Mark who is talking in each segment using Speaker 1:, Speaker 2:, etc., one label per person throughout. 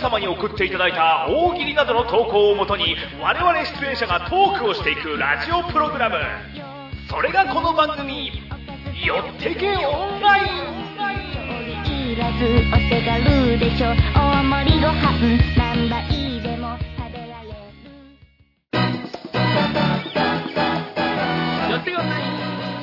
Speaker 1: 様に送っていただいた大喜利などの投稿をもとに我々出演者がトークをしていくラジオプログラムそれがこの番組「よってけオンライン」
Speaker 2: いらずお手軽でしょ大盛りご飯何杯でも食べられる
Speaker 3: やってくださ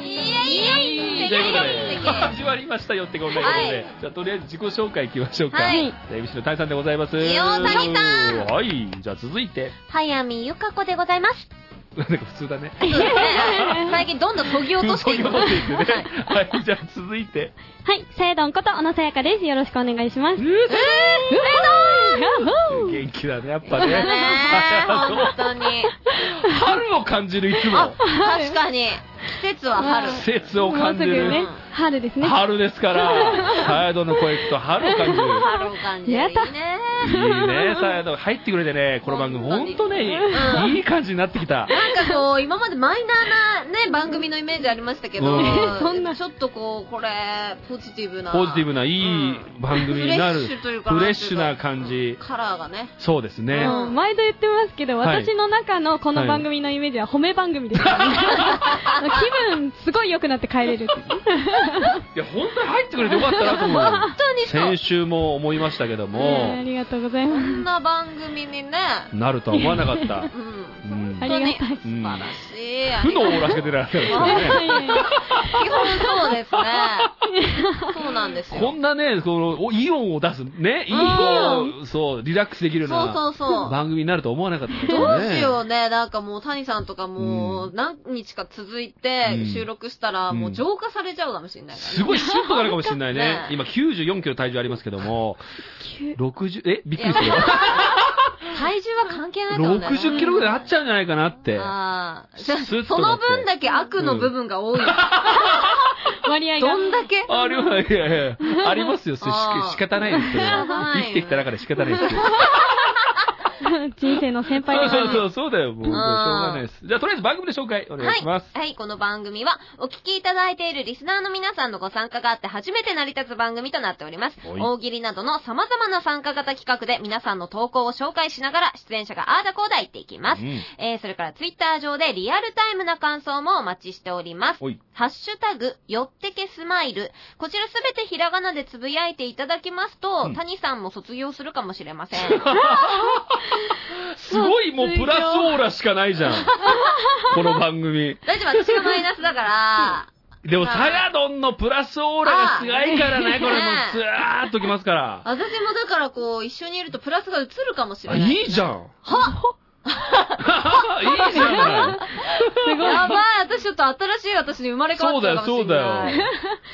Speaker 3: い
Speaker 4: イエイ
Speaker 3: ということで始まりましたよってごめんということで、
Speaker 4: は
Speaker 3: じゃあとりあえず自己紹介いきましょうか、
Speaker 4: はい
Speaker 3: じゃあ MC の谷さんでございます
Speaker 4: いやー谷さ
Speaker 3: はいじゃあ続いて
Speaker 4: 早見ゆか子でございます。
Speaker 3: なんか普通だね
Speaker 4: 最近どんどん研ぎ落としていく。
Speaker 3: 落としていくねはいじゃあ続いて
Speaker 5: はい、セイドンこと小野さやかです。よろしくお願いします。
Speaker 3: う
Speaker 5: う
Speaker 3: ー
Speaker 5: ん
Speaker 3: 元気だねやっぱね
Speaker 4: ねえ 本
Speaker 3: あ
Speaker 4: 当に。
Speaker 3: の春を感じるいつも
Speaker 4: 確かに。季節は春。
Speaker 3: 季節を感じ
Speaker 5: もうすぐね
Speaker 3: る、
Speaker 5: 春ですね。
Speaker 3: 春です からサヤドの声聞くと春を感じる
Speaker 4: 春を感じる。
Speaker 5: やだ
Speaker 4: いいね。
Speaker 3: いいね、さやの入ってくれてね、この番組、ほんと
Speaker 4: う
Speaker 3: ね、いい感じになってきた。
Speaker 4: なんかこう、今までマイナーなね、番組のイメージありましたけど
Speaker 3: うん
Speaker 5: え、そんな
Speaker 4: ちょっとこう、これ、ポジティブな。
Speaker 3: ポジティブないい番組になる
Speaker 4: フレッシュという。か
Speaker 3: フレッシュな感じ。
Speaker 4: カラーがね。
Speaker 3: そうですね。
Speaker 4: うん
Speaker 5: うん毎度言ってますけど、
Speaker 3: はい
Speaker 5: 私の中のこの番組のイメージは褒め番組です、 気分すごい良くなって帰れる。
Speaker 3: いや、本当に入ってくれてよかったなと思
Speaker 4: 本当に
Speaker 3: う。
Speaker 4: そう
Speaker 3: 先。週も思いましたけど
Speaker 5: ねあ
Speaker 3: も、
Speaker 5: りがとうござい
Speaker 4: こ
Speaker 5: ます。
Speaker 4: んな番組にね、
Speaker 3: なるとは思わなかった
Speaker 4: う。ん。
Speaker 3: うん
Speaker 5: あ
Speaker 4: 本
Speaker 5: り
Speaker 4: 当
Speaker 5: がた
Speaker 4: に
Speaker 5: い
Speaker 4: 素晴らしい。
Speaker 3: 負のオーラしか出なかったですよ
Speaker 5: いや
Speaker 3: ね。
Speaker 5: いやいや
Speaker 4: 基本そう ですね。そうなんです
Speaker 3: こ
Speaker 4: よ。
Speaker 3: んなね、このおイオンを出す、ね、イ
Speaker 4: う
Speaker 3: オン、そう、リラックスできるよう
Speaker 4: そう
Speaker 3: な
Speaker 4: そうそう。
Speaker 3: 番組になるとは思わなかったです
Speaker 4: ど
Speaker 3: よ
Speaker 4: う
Speaker 3: ね。
Speaker 4: しようね。なんかもう谷さんとかも
Speaker 3: う
Speaker 4: う何日か続いて
Speaker 3: うん
Speaker 4: 収録したら
Speaker 3: うん
Speaker 4: もう浄化されちゃうかもしれないからね。
Speaker 3: すごい進歩があるかもしれないね
Speaker 4: ね。
Speaker 3: 今94キロ体重ありますけども、60、え、びっくりするよ。
Speaker 4: 体重は関係ないと思うんだよね。
Speaker 3: 60キロぐらいあっちゃうんじゃないかなって。
Speaker 4: ああ。
Speaker 3: ス
Speaker 4: そ
Speaker 3: ッとなって
Speaker 4: の分だけ悪の部分が多い。
Speaker 5: 割合が
Speaker 4: ど。んだけ
Speaker 3: あります、いやいやいやありますよ、し
Speaker 4: あー
Speaker 3: 仕方ないですけど。
Speaker 4: 仕方ないよ
Speaker 3: 生きてきた中で仕方ないですけど。
Speaker 5: 人生の先輩
Speaker 3: そ
Speaker 5: で
Speaker 3: う
Speaker 5: すね
Speaker 3: そうそう、そうだよ、もう。しょうがないです。じゃあ、とりあえず番組の紹介お願いします。
Speaker 4: はい、この番組は、お聞きいただいているリスナーの皆さんのご参加があって初めて成り立つ番組となっております。
Speaker 3: はい
Speaker 4: 大喜利などの様々な参加型企画で皆さんの投稿を紹介しながら、出演者があーだこーだ言っていきます。
Speaker 3: うん
Speaker 4: えー、それからツイッター上でリアルタイムな感想もお待ちしております。
Speaker 3: おい
Speaker 4: ハッシュタグ、よってけスマイル。こちらすべてひらがなでつぶやいていただきますと、
Speaker 3: うん
Speaker 4: 谷さんも卒業するかもしれません。
Speaker 3: すごい、もうプラスオーラしかないじ ゃん。この番組。
Speaker 4: 大丈夫、私がマイナスだから。
Speaker 3: でも、サヤドンのプラスオーラがすごいからね、これもう、ずーっときますから。
Speaker 4: 私もだからこう、一緒にいるとプラスが映るかもしれ
Speaker 3: あ
Speaker 4: ない。
Speaker 3: いいじゃん。 はいいじゃない。
Speaker 4: やばい、私ちょっと新しい私に生まれ変わっちゃうかもし
Speaker 3: そ
Speaker 4: れない。
Speaker 3: うだよそうだよ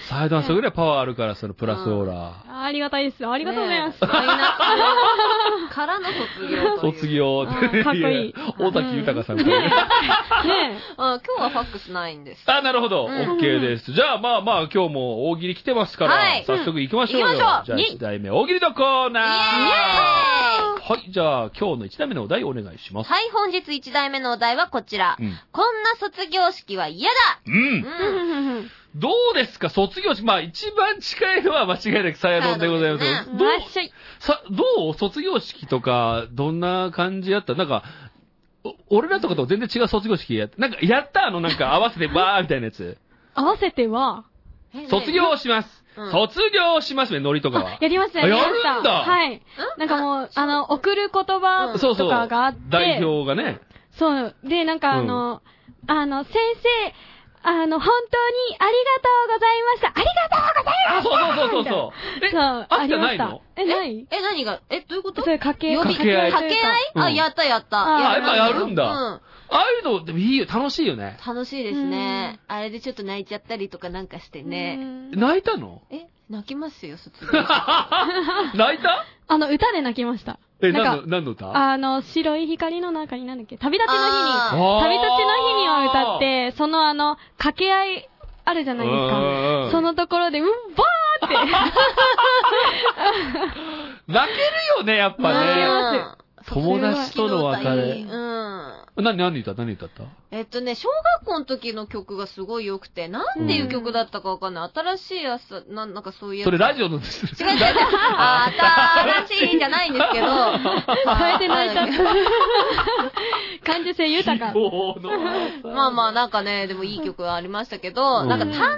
Speaker 3: サイダンさんぐらいパワーあるから、そのプラスオーラ。
Speaker 5: あありがたいです。ありがとうございます。
Speaker 4: ねえマイナスからの卒業という。
Speaker 3: 卒業
Speaker 5: あーかっこいい
Speaker 3: 大滝豊さんみたいな
Speaker 5: ね
Speaker 4: あ今日はファックスないんです。
Speaker 3: あ、なるほど。オ
Speaker 4: うん
Speaker 3: ッケーです。じゃあ、まあまあ、今日も大喜利来てますから、
Speaker 4: はい
Speaker 3: 早速行きましょうよ。
Speaker 4: 行きましょう
Speaker 3: じゃあ、1題目、大喜利のコーナーはい、じゃあ、今日の1題目のお題お願いします。
Speaker 4: はい、本日1題目のお題はこちら。
Speaker 3: うん。
Speaker 4: こんな卒業式は嫌
Speaker 3: う
Speaker 4: だ
Speaker 3: ん。
Speaker 4: うん。
Speaker 3: どうですか卒業式。まあ、一番近いのは間違いなくサヤドンでございま
Speaker 4: サヤ
Speaker 3: す
Speaker 4: ド
Speaker 3: けど。
Speaker 5: え。
Speaker 3: どう
Speaker 5: わっしょい。
Speaker 3: さ、どう卒業式とか、どんな感じやったなんか、お俺らとかと全然違う卒業式やった。なんか、やったあの、なんか合わせてバーみたいなやつ。
Speaker 5: 合わせては、
Speaker 3: 卒業します、
Speaker 4: うん
Speaker 3: 卒業しますね、ノリとかは。
Speaker 5: やりました、
Speaker 3: あ
Speaker 5: やりました。
Speaker 3: やるんだ
Speaker 5: はい。なんかもう、あの、送る言葉
Speaker 3: そうそ
Speaker 5: と
Speaker 3: う。
Speaker 5: かがあって、
Speaker 3: 代表がね。
Speaker 5: そう。で、なんかあの、あの、先生、あの、本当にありがとうございました。ありがとう
Speaker 3: あ、そうそうそう
Speaker 5: ござい
Speaker 3: そうそう。え
Speaker 5: まし、た。そう、
Speaker 3: あっ
Speaker 5: あり
Speaker 3: た
Speaker 5: ま
Speaker 3: な
Speaker 5: し
Speaker 3: い
Speaker 5: た
Speaker 3: の。
Speaker 5: え、ない
Speaker 4: え、何がえ、どういうこと
Speaker 5: そういう掛け合い。
Speaker 3: 掛け合い
Speaker 4: 掛け合い
Speaker 3: うん
Speaker 4: あ、やったやった。
Speaker 5: あ
Speaker 3: あ、やっぱやるんだ。
Speaker 4: うん。
Speaker 3: ああいうの、でもいいよ、楽しいよね。
Speaker 4: 楽しいですね。あれでちょっと泣いちゃったりとかなんかして
Speaker 5: う
Speaker 4: ね。
Speaker 5: ん
Speaker 3: 泣いた の
Speaker 4: え、泣きますよ、卒 業。
Speaker 3: 泣いた
Speaker 5: あの、歌で泣きました。
Speaker 3: え、
Speaker 5: なんか
Speaker 3: 何の、何の歌
Speaker 5: あの、白い光の中になんだっけ、旅立ちの日に、
Speaker 4: あー
Speaker 5: 旅立ちの日にを歌って、そのあの、掛け合い、あるじゃないです
Speaker 3: うんうんう
Speaker 5: か
Speaker 3: ん。
Speaker 5: そのところで、うん、ばーって。
Speaker 3: 泣けるよね、やっぱ
Speaker 5: 泣け
Speaker 3: ね
Speaker 5: ま。
Speaker 4: うん
Speaker 3: 友達との別れ
Speaker 4: うん。
Speaker 3: 何、何歌った何歌った
Speaker 4: えっとね、小学校の時の曲がすごい良くて、なんていう曲だったかわかんない。新しいやつ、なんなんかそういうやつ。
Speaker 3: それラジオのです。
Speaker 4: 違う違う違う。 あー、新しいじゃないんですけど。
Speaker 5: それで泣いちゃっ
Speaker 4: あ
Speaker 5: た。感受性豊か。
Speaker 3: おーの
Speaker 4: ーまあまあ、なんかね、でもいい曲はありましたけど、
Speaker 3: うん
Speaker 4: なんか短大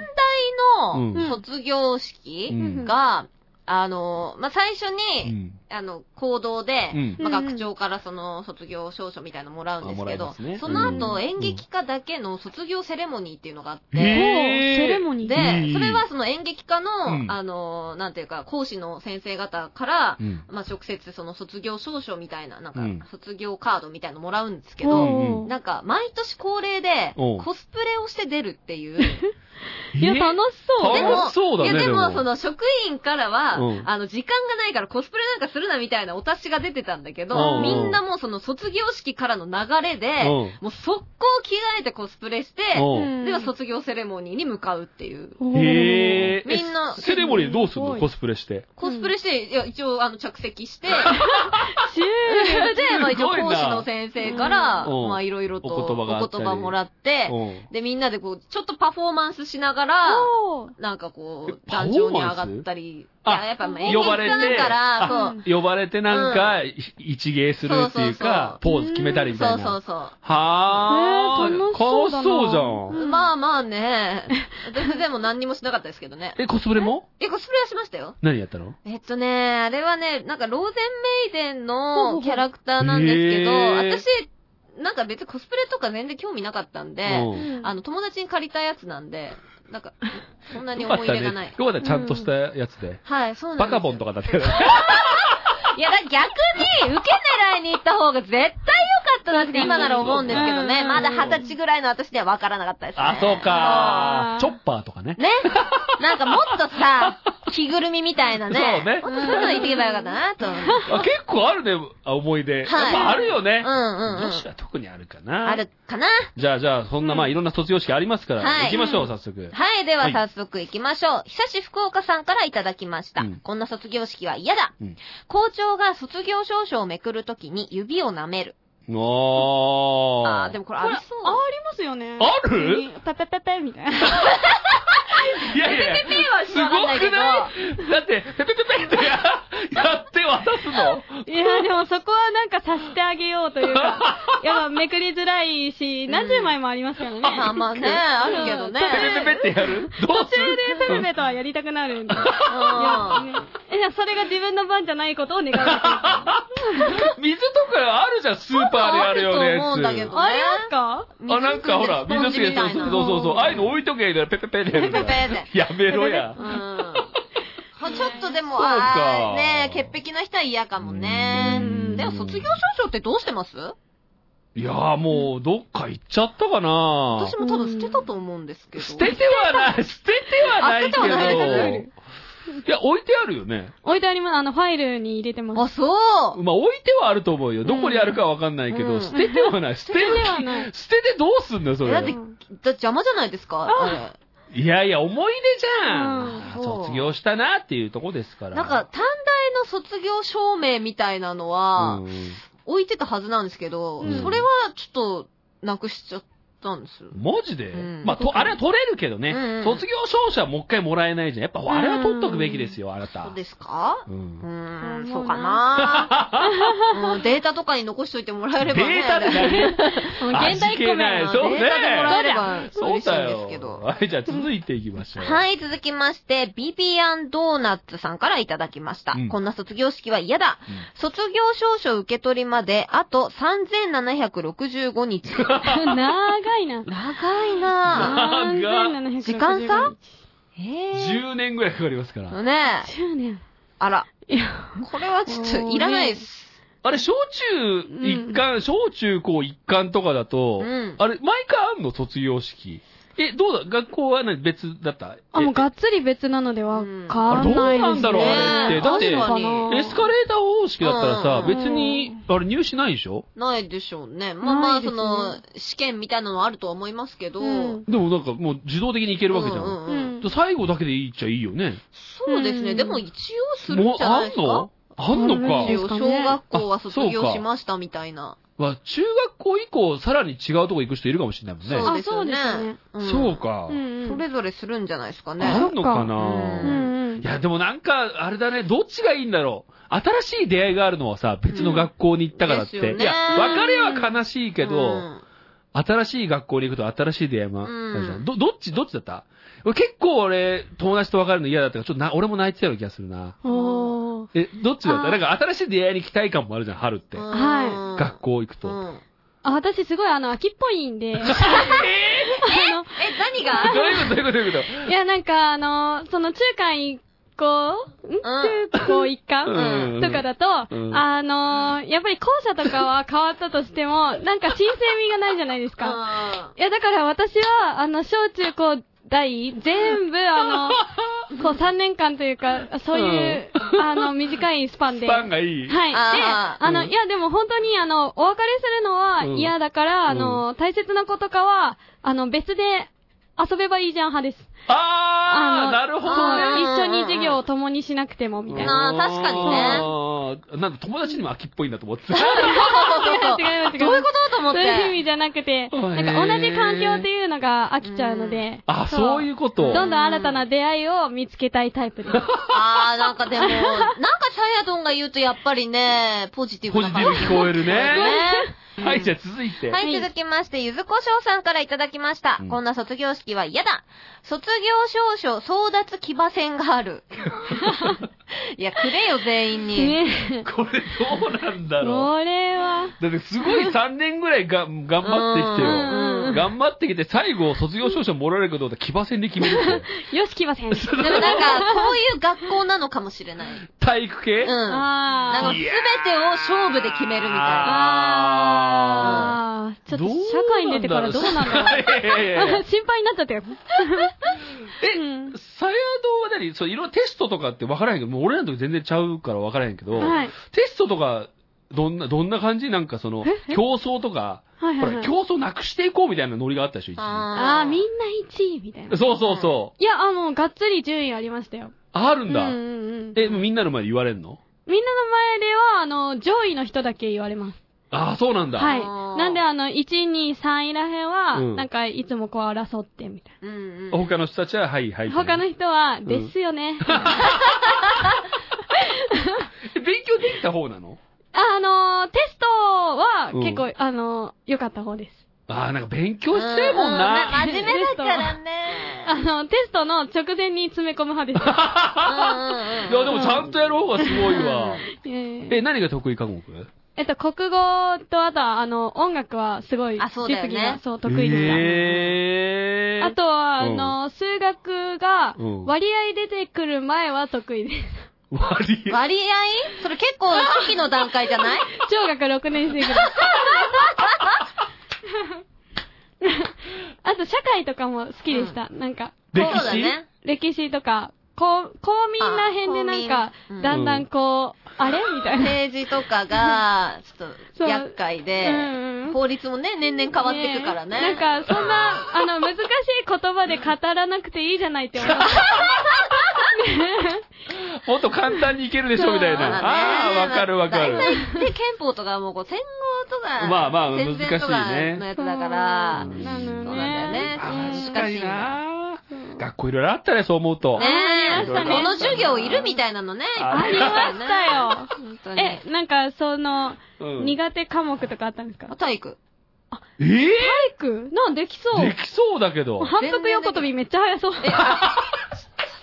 Speaker 3: うん
Speaker 4: の卒業式
Speaker 3: うん
Speaker 4: が、あの、まあ最初
Speaker 3: う
Speaker 4: に、
Speaker 3: ん。
Speaker 4: あの、行動で
Speaker 3: う、ん。
Speaker 4: ま
Speaker 5: う
Speaker 4: あ、
Speaker 5: ん
Speaker 4: 学長からその卒業証書みたいなのもらうんですけ
Speaker 3: あもらえ
Speaker 4: ど
Speaker 3: ますね、
Speaker 4: その
Speaker 3: う
Speaker 4: 後
Speaker 3: ん
Speaker 4: 演劇科だけの卒業セレモニーっていうのがあっ
Speaker 5: お
Speaker 3: へ
Speaker 4: て、
Speaker 5: ーセレモニー。
Speaker 4: で
Speaker 3: うん、
Speaker 4: それはその演劇科
Speaker 3: う
Speaker 4: の
Speaker 3: ん、
Speaker 4: あの、なんていうか、講師の先生方から
Speaker 3: う、ん。
Speaker 4: まあ、直接その卒業証書みたいな、な
Speaker 3: うん
Speaker 4: んか、卒業カードみたいのもらうんですけど、
Speaker 5: おー
Speaker 4: なんか、毎年恒例で、
Speaker 3: おう
Speaker 4: コスプレをして出るっていう。
Speaker 5: いや、楽しそう。
Speaker 4: で
Speaker 5: で
Speaker 4: も
Speaker 5: も、
Speaker 3: 楽しそうだね
Speaker 4: いや、で
Speaker 3: で
Speaker 4: も、
Speaker 3: も
Speaker 4: その、職員からは、
Speaker 3: うん
Speaker 4: あの、時間がないからコスプレなんかするなみたいなお達しが出てたんだけ
Speaker 3: う
Speaker 4: ど、
Speaker 3: ん
Speaker 4: みんなもうその、卒業式からの流
Speaker 3: う
Speaker 4: れ
Speaker 3: ん。
Speaker 4: で、もう速攻着替えてコスプレして、
Speaker 3: うん
Speaker 4: では卒業セレモニーに向かうっていう。
Speaker 5: おー
Speaker 3: へえ。
Speaker 4: みんな
Speaker 3: えセレモニーどうする
Speaker 5: すご
Speaker 3: の
Speaker 5: い
Speaker 3: コスプレして。
Speaker 4: コスプレして、いや、一応、あの、着席し て、
Speaker 5: シュ
Speaker 4: それで、まあ一応
Speaker 3: すごいな
Speaker 4: 講師の先生から、
Speaker 3: うん
Speaker 4: まあいろいろと
Speaker 3: お言葉があったり
Speaker 4: お言葉もらって、
Speaker 3: うん
Speaker 4: で、みんなでこう、ちょっとパフォーマンスしながら、
Speaker 5: ール。
Speaker 4: なんかこ
Speaker 3: え
Speaker 4: う、壇上に上がったり、
Speaker 3: パフォーマンス
Speaker 4: いややっぱ演
Speaker 3: 呼
Speaker 4: 劇
Speaker 3: ば
Speaker 4: 家
Speaker 3: れて
Speaker 4: だから、
Speaker 5: あ
Speaker 4: そう。
Speaker 3: 呼ばれてなんか、一芸するっていうか、
Speaker 5: そう
Speaker 3: ポ
Speaker 5: そう
Speaker 3: ーズ決めたりみたい
Speaker 4: そ
Speaker 3: うな。
Speaker 4: そうそう。
Speaker 3: はー、
Speaker 5: ねえ楽しそう
Speaker 3: 楽し
Speaker 5: だな
Speaker 3: そうじゃん。
Speaker 5: うん
Speaker 4: まあま あね、私でも何にもしなかったですけどね。
Speaker 3: え、コスプレも
Speaker 4: え、コスプレはしましたよ。
Speaker 3: 何やったの
Speaker 4: えっとね、あれはね、なんかローゼンメイデン
Speaker 5: ほうほう
Speaker 4: のキャラクターなんですけど、
Speaker 3: へー
Speaker 4: 私、なんか別にコスプレとか全然興味なかったんで、
Speaker 3: うん
Speaker 4: あの、友達に借りたやつなんで、なんか、そんなに思い入れがない。
Speaker 3: よかったね、よかったちゃんとしたやつで。
Speaker 4: はい、そうなんで
Speaker 3: バ
Speaker 4: す。
Speaker 3: カボンと
Speaker 4: か。
Speaker 3: かだったよね。
Speaker 4: いや、だ逆に、受け狙いに行った方が絶対良かったなって今なら思うんですけどね。
Speaker 5: うん
Speaker 4: まだ二十歳ぐらいの私では分からなかったです、ね。
Speaker 3: あ、そうか
Speaker 5: あー
Speaker 3: チョッパーとかね。
Speaker 4: ね。なんかもっとさ、着ぐるみみたいなね。
Speaker 3: そうね
Speaker 4: もっとそういうの行ってけばよかったなと思う。
Speaker 3: あ結構あるね、あ思い出。やっぱあるよね。
Speaker 4: うんうんう
Speaker 3: 女
Speaker 4: ん。
Speaker 3: 子は特にあるかな。
Speaker 4: あるかな
Speaker 3: じゃあ、じゃあ、そんな、まあ、いろんな卒業式ありますから、
Speaker 4: はい
Speaker 3: 行きましょう、早速。
Speaker 4: はい、で
Speaker 3: は
Speaker 4: はい早速行きましょう。久し福岡さんからいただきました。
Speaker 3: うん
Speaker 4: こんな卒業式は嫌だ。
Speaker 3: うん
Speaker 4: 校長が卒業証書をめくるときに指を舐める。
Speaker 3: おー。
Speaker 4: あー、でもこれありそう。
Speaker 5: ありますよね。
Speaker 3: ある
Speaker 5: ペペペペみ たいな。
Speaker 3: いやいやいや、
Speaker 4: は
Speaker 3: すごくないだって、ペペペペってややって渡すの。
Speaker 5: いや、でもそこはなんかさしてあげようというか、 やっぱめくりづらいし、何十枚もありますからね。
Speaker 4: まあまあね、あるけどね。
Speaker 5: ペ
Speaker 3: ペペペペってやるど
Speaker 5: 途
Speaker 3: う
Speaker 5: 中
Speaker 3: する
Speaker 5: でペペペとはやりたくなるんで。いや、
Speaker 4: うん
Speaker 5: ねえいやそれが自分の番じゃないことを願う だ
Speaker 3: 水とかあるじゃん、スーパーであるよね。
Speaker 4: あると思うんだけ
Speaker 5: け。
Speaker 4: ど
Speaker 5: ありますか
Speaker 3: あ、なんかほら、水
Speaker 4: 水の
Speaker 3: す
Speaker 4: す
Speaker 3: げ
Speaker 4: げ
Speaker 3: そう
Speaker 4: たいな。
Speaker 3: そうそうそう、ああいうの置いとけばいいから、ペペペでやるから。
Speaker 4: ペペペ
Speaker 3: やめろや
Speaker 4: う。ん。まあちょっとで
Speaker 3: そ
Speaker 4: も、
Speaker 3: うか
Speaker 4: あーね潔癖な人は嫌かもね
Speaker 3: う。ん
Speaker 4: でも卒業証書ってどうしてます
Speaker 3: いやーもう、どっか行っちゃったかな
Speaker 4: 私も多分捨てたと思うんですけど。
Speaker 3: 捨ててはない、捨ててはないけ
Speaker 4: あ捨ててはない
Speaker 3: ど。いや、置いてあるよね。
Speaker 5: 置いてあります。あの、ファイルに入れてま
Speaker 4: あ、
Speaker 5: す。
Speaker 4: そう
Speaker 3: まあ、置いてはあると思うよ。どこにあるかわかんないけど、
Speaker 4: うん
Speaker 3: 捨ててはない。捨てる
Speaker 5: 捨ててはない
Speaker 3: 捨ててどうすんのよ、それ。
Speaker 4: えだって
Speaker 5: うん
Speaker 4: だ邪魔じゃないですかあ
Speaker 3: いやいや、思い出じゃん。
Speaker 5: うん
Speaker 3: あー
Speaker 4: そう
Speaker 3: 卒業したなっていうとこですか
Speaker 4: れ
Speaker 3: ら。
Speaker 4: なんか、短大の卒業証明みたいなのは
Speaker 3: う、ん
Speaker 4: 置いてたはずなんですけど、
Speaker 3: うん
Speaker 4: それはちょっと、なくしちゃったんですよ。
Speaker 3: マジで、
Speaker 4: うん
Speaker 3: まあ、と、あれは取れるけどね。
Speaker 4: うんうん
Speaker 3: 卒業証書はもう一回もらえないじゃん。やっぱ、あれは取っとくべきですよ、あなた。
Speaker 4: そうですか
Speaker 3: う
Speaker 4: うー
Speaker 3: ん。
Speaker 4: ん、
Speaker 5: そ
Speaker 4: そう
Speaker 5: 思
Speaker 4: う
Speaker 5: うな
Speaker 4: かな うんデータとかに残しといてもらえ
Speaker 3: デ
Speaker 4: れ
Speaker 3: ータ
Speaker 4: ばね。
Speaker 3: で何
Speaker 5: もう現代っ子みたいな
Speaker 3: 味気ないそう
Speaker 4: デ
Speaker 3: ね
Speaker 4: ータでもらえれば嬉
Speaker 3: そう
Speaker 4: しいん
Speaker 3: だ
Speaker 4: ですけ
Speaker 3: よ。
Speaker 4: ど。
Speaker 3: はい、じゃあ続いていきましょう。
Speaker 4: はい、続きまして、ビビアンドーナツさんからいただきました。
Speaker 3: うん
Speaker 4: こんな卒業式は嫌だ。
Speaker 3: うん
Speaker 4: 卒業証書受け取りまで、あと3765 日。
Speaker 5: 長いな。
Speaker 4: 長いなぁ。
Speaker 5: 3765日
Speaker 4: 時間差へぇ
Speaker 3: 10年ぐらいかかりますから。
Speaker 4: ー。ねえ。
Speaker 5: 10年。
Speaker 4: あら。
Speaker 5: いや、
Speaker 4: これはちょっといらないです。
Speaker 3: あれ、小中一貫、小中高一貫とかだと、
Speaker 4: うん
Speaker 3: あれ、毎回あんの卒業式。え、どうだ学校は何別だった
Speaker 5: あ、もう
Speaker 3: え
Speaker 5: がっつり別なのでわか
Speaker 3: あれ
Speaker 5: ん
Speaker 3: ど
Speaker 5: な
Speaker 3: う
Speaker 5: いですね。
Speaker 3: なんだろう、あれって。だっ
Speaker 5: あるのか
Speaker 3: て、
Speaker 5: な
Speaker 3: エスカレーター方式だったらさ、
Speaker 4: うん
Speaker 5: うん
Speaker 3: 別に、あれ入試ないでしょ
Speaker 4: ないでしょうね。まあま
Speaker 5: ない
Speaker 4: あ、
Speaker 5: で
Speaker 4: そ
Speaker 5: すね
Speaker 4: の、試験みたいなのはあるとは思いますけど、
Speaker 5: うん
Speaker 3: でもなんかもう自動的にいけるわけじゃん。
Speaker 4: う
Speaker 5: う
Speaker 4: ううん
Speaker 5: ん。
Speaker 3: 最後だけでいいっちゃいいよね。
Speaker 4: そうですね。
Speaker 5: うん
Speaker 4: でも一応するん
Speaker 3: もう
Speaker 4: じゃな
Speaker 3: あ
Speaker 4: いで
Speaker 3: ん
Speaker 4: すか
Speaker 3: のあんの
Speaker 5: あるん
Speaker 3: か
Speaker 5: で。
Speaker 4: 一
Speaker 5: す
Speaker 4: 応
Speaker 5: か
Speaker 4: 小
Speaker 5: ね
Speaker 4: 学校は
Speaker 3: あそうか
Speaker 4: 卒業しましたみたいな。
Speaker 3: は、中学校以降、さらに違うとこ行く人いるかもしれないもん
Speaker 4: そ
Speaker 3: ね。
Speaker 4: う
Speaker 5: あ、
Speaker 4: です
Speaker 5: そ
Speaker 4: よ
Speaker 5: う
Speaker 4: ね
Speaker 5: ですよね。
Speaker 4: うん
Speaker 3: そうか。
Speaker 5: うんうん。
Speaker 4: それぞれするんじゃないですかね。
Speaker 3: あるのか
Speaker 4: う
Speaker 5: うん
Speaker 3: な、
Speaker 5: んうん
Speaker 3: い。や、でもなんか、あれだね、どっちがいいんだろう。新しい出会いがあるのはさ、別の学校に行ったからって。
Speaker 4: うんですよね
Speaker 3: いや、別れは悲しいけど、
Speaker 4: うん
Speaker 3: 新しい学校に行くと新しい出会いもあるじゃん。
Speaker 4: うん
Speaker 3: ど、どっち、どっちだった俺結構俺、友達と別れるの嫌だったから、ちょっとな、俺も泣いてたような気がするな。
Speaker 5: おー。
Speaker 3: え、どっちだっ
Speaker 5: あ
Speaker 3: た
Speaker 5: ー
Speaker 3: なんか新しい出会いに期待感もあるじゃん、春って。
Speaker 5: は
Speaker 3: 学校行くと。
Speaker 4: うん
Speaker 5: あ、私すごいあの、秋っぽいん で。あの、
Speaker 4: え、何 が
Speaker 3: どういうことどういうことどういうこと
Speaker 5: いや、なんか、あの、その中間一行、ん中高一貫
Speaker 3: うん
Speaker 5: とかだと、
Speaker 3: うん
Speaker 5: あの、やっぱり校舎とかは変わったとしても、なんか新鮮味がないじゃないですか。
Speaker 4: か。
Speaker 5: いや、だから私は、あの、小中高大、全部、あの、こう3年間というか、そういう、あの、短いスパンで。
Speaker 3: スパ
Speaker 5: はい。
Speaker 3: ン
Speaker 5: で、
Speaker 3: がいい。
Speaker 5: あ
Speaker 4: あー
Speaker 5: の、
Speaker 3: うん
Speaker 5: いや、でも本当に、あの、お別れするのは嫌だから、あの、大切な子とかは、あの、別で遊べばいいじゃん派です。
Speaker 3: あー
Speaker 5: あの
Speaker 3: なるほ
Speaker 5: そう、
Speaker 3: どね。
Speaker 5: 一緒に授業を共にしなくても、みたいな。
Speaker 4: あー確かにね
Speaker 3: にね。なんか友達にも秋っぽいんだと思ってた。
Speaker 4: そうそうそう
Speaker 5: 違います違います
Speaker 4: どういうことだと思っ
Speaker 5: そういう意
Speaker 4: て。
Speaker 5: 味じゃなくて、
Speaker 3: ー
Speaker 5: なんか同じ環境っていうのが飽きちゃうので、
Speaker 3: あ、そういうこと。
Speaker 5: どんどん新たな出会いを見つけたいタイ プです。
Speaker 4: あー、なんかでも、なんかサヤドンが言うとやっぱりね、ポジティブ
Speaker 3: ポ
Speaker 4: な
Speaker 3: ジティブ聞こえるね。
Speaker 4: ね。
Speaker 3: はい、じゃあ続いて。
Speaker 4: はい、続きまして、ゆずこしょうさんからいただきました。
Speaker 3: うん
Speaker 4: こんな卒業式は嫌だ卒業証書争奪騎馬戦がある。いや、くれよ、全員に。
Speaker 5: ね
Speaker 3: これどうなんだろう。
Speaker 5: これは、
Speaker 3: だってすごい3年ぐらいが頑張ってきて
Speaker 5: うん
Speaker 3: よ。
Speaker 5: う
Speaker 3: 頑張ってきて、最後、卒業証書もらえるかどうか、騎馬戦で 決めるって。
Speaker 5: よし、来ませ ん。
Speaker 4: でもなんか、こういう学校なのかもしれない。
Speaker 3: 体育系
Speaker 4: うん。なんか、
Speaker 5: あ
Speaker 4: すべてを勝負で決めるみた
Speaker 3: あ
Speaker 5: あ。ああ、
Speaker 3: ー
Speaker 5: ちょっと社会に出てからどうなんだろう。
Speaker 3: いやいやいや
Speaker 5: 心配になっ ちゃったよ。うん
Speaker 3: さやどは何そういろいろテストとかって分からへんけど、もう俺らの時全然ちゃうから分からへんけど、
Speaker 5: はい。
Speaker 3: テストとか、どんな、どんな感じなんかその、
Speaker 5: え
Speaker 3: 競争とか、
Speaker 5: はい
Speaker 3: ほ
Speaker 5: はい
Speaker 3: ら、
Speaker 5: はい。
Speaker 3: 競争なくしていこうみたいなノリがあったでしょ、一
Speaker 4: い。
Speaker 3: 時
Speaker 5: ああ、みんな1位みたいな。
Speaker 3: そうそうそ
Speaker 5: いや、あ、もうがっつり順位ありましたよ。
Speaker 3: う。ある
Speaker 5: うんん
Speaker 3: だ。
Speaker 5: うんうん。
Speaker 3: え、みんなの前で言われんの
Speaker 5: みんなの前では、あの、上位の人だけ言われます。
Speaker 3: ああ、そうなんだ。
Speaker 5: はい。
Speaker 4: あー
Speaker 5: なんで、あの、1位、2位、3位らへんは、
Speaker 3: うん
Speaker 5: なんか、いつもこう争って、みたい
Speaker 4: うんうん。
Speaker 3: 他の人たちは、はい、はい。
Speaker 5: な。他の人は、
Speaker 3: ん
Speaker 5: ですよね。
Speaker 3: え勉強できた方なの
Speaker 5: あの、テストは、
Speaker 3: うん
Speaker 5: 結構、あの、良かった方です。
Speaker 3: ああ、なんか勉強したいもんな。
Speaker 4: うう真面目だからね。
Speaker 5: あの、テストの直前に詰め込む派です。
Speaker 3: いや、でもちゃんとやる方がすごい わ。
Speaker 5: えー
Speaker 3: え、何が得意科目
Speaker 5: えっと、国語と、あとは、あの、音楽は、すごい、
Speaker 4: あそうだよね
Speaker 5: 実技が、そう、得意でした。
Speaker 3: えー、
Speaker 5: あとは、あ
Speaker 3: うん
Speaker 5: の、数学が
Speaker 3: うん、
Speaker 5: 割合出てくる前は得意です。
Speaker 3: 割り。
Speaker 4: 割合それ結構初期の段階じゃない
Speaker 5: 小学6 年生ぐらい。あと、社会とかも好きでした。なんか、
Speaker 3: 歴
Speaker 4: そうだ
Speaker 3: 史、
Speaker 4: ね。
Speaker 5: 歴史とか、こう、公民ら辺でなん
Speaker 4: あ
Speaker 5: か
Speaker 4: 公民うん、
Speaker 5: だんだんこう、あれみたいな。
Speaker 4: 政治とかが、ちょっと
Speaker 5: そう
Speaker 4: 厄介で
Speaker 5: うんうん、
Speaker 4: 法律もね、年々変わっていくからね。
Speaker 5: えなんか、そんな、あの、難しい言葉で語らなくていいじゃないって思った。
Speaker 3: もっと簡単にいけるでしょみたい
Speaker 4: ま
Speaker 3: な。
Speaker 4: あ
Speaker 3: あ
Speaker 4: ね
Speaker 3: あー、わかるわかる。
Speaker 4: 大体で、憲法とかもこう、戦後とか、
Speaker 3: まあまあ
Speaker 4: 戦前とか
Speaker 3: 難しいね
Speaker 4: のやつ だから、
Speaker 3: うん
Speaker 5: なのよ
Speaker 4: そうな
Speaker 5: ね。
Speaker 4: んだよね
Speaker 3: あー
Speaker 4: う
Speaker 3: 確
Speaker 4: ん
Speaker 3: かにな。学校いろいろあったね、そう思うと。
Speaker 4: ねえ、
Speaker 3: そうだね
Speaker 4: この授業いるみたいなのね、
Speaker 3: あ
Speaker 5: りましたよ
Speaker 4: 本当に。
Speaker 5: え、なんか、その、
Speaker 3: うん
Speaker 5: 苦手科目とかあったんですか
Speaker 4: 体育。
Speaker 3: えー
Speaker 5: 体育なんできそう。
Speaker 3: できそうだけど。
Speaker 5: 反復横跳びめっちゃ速そう。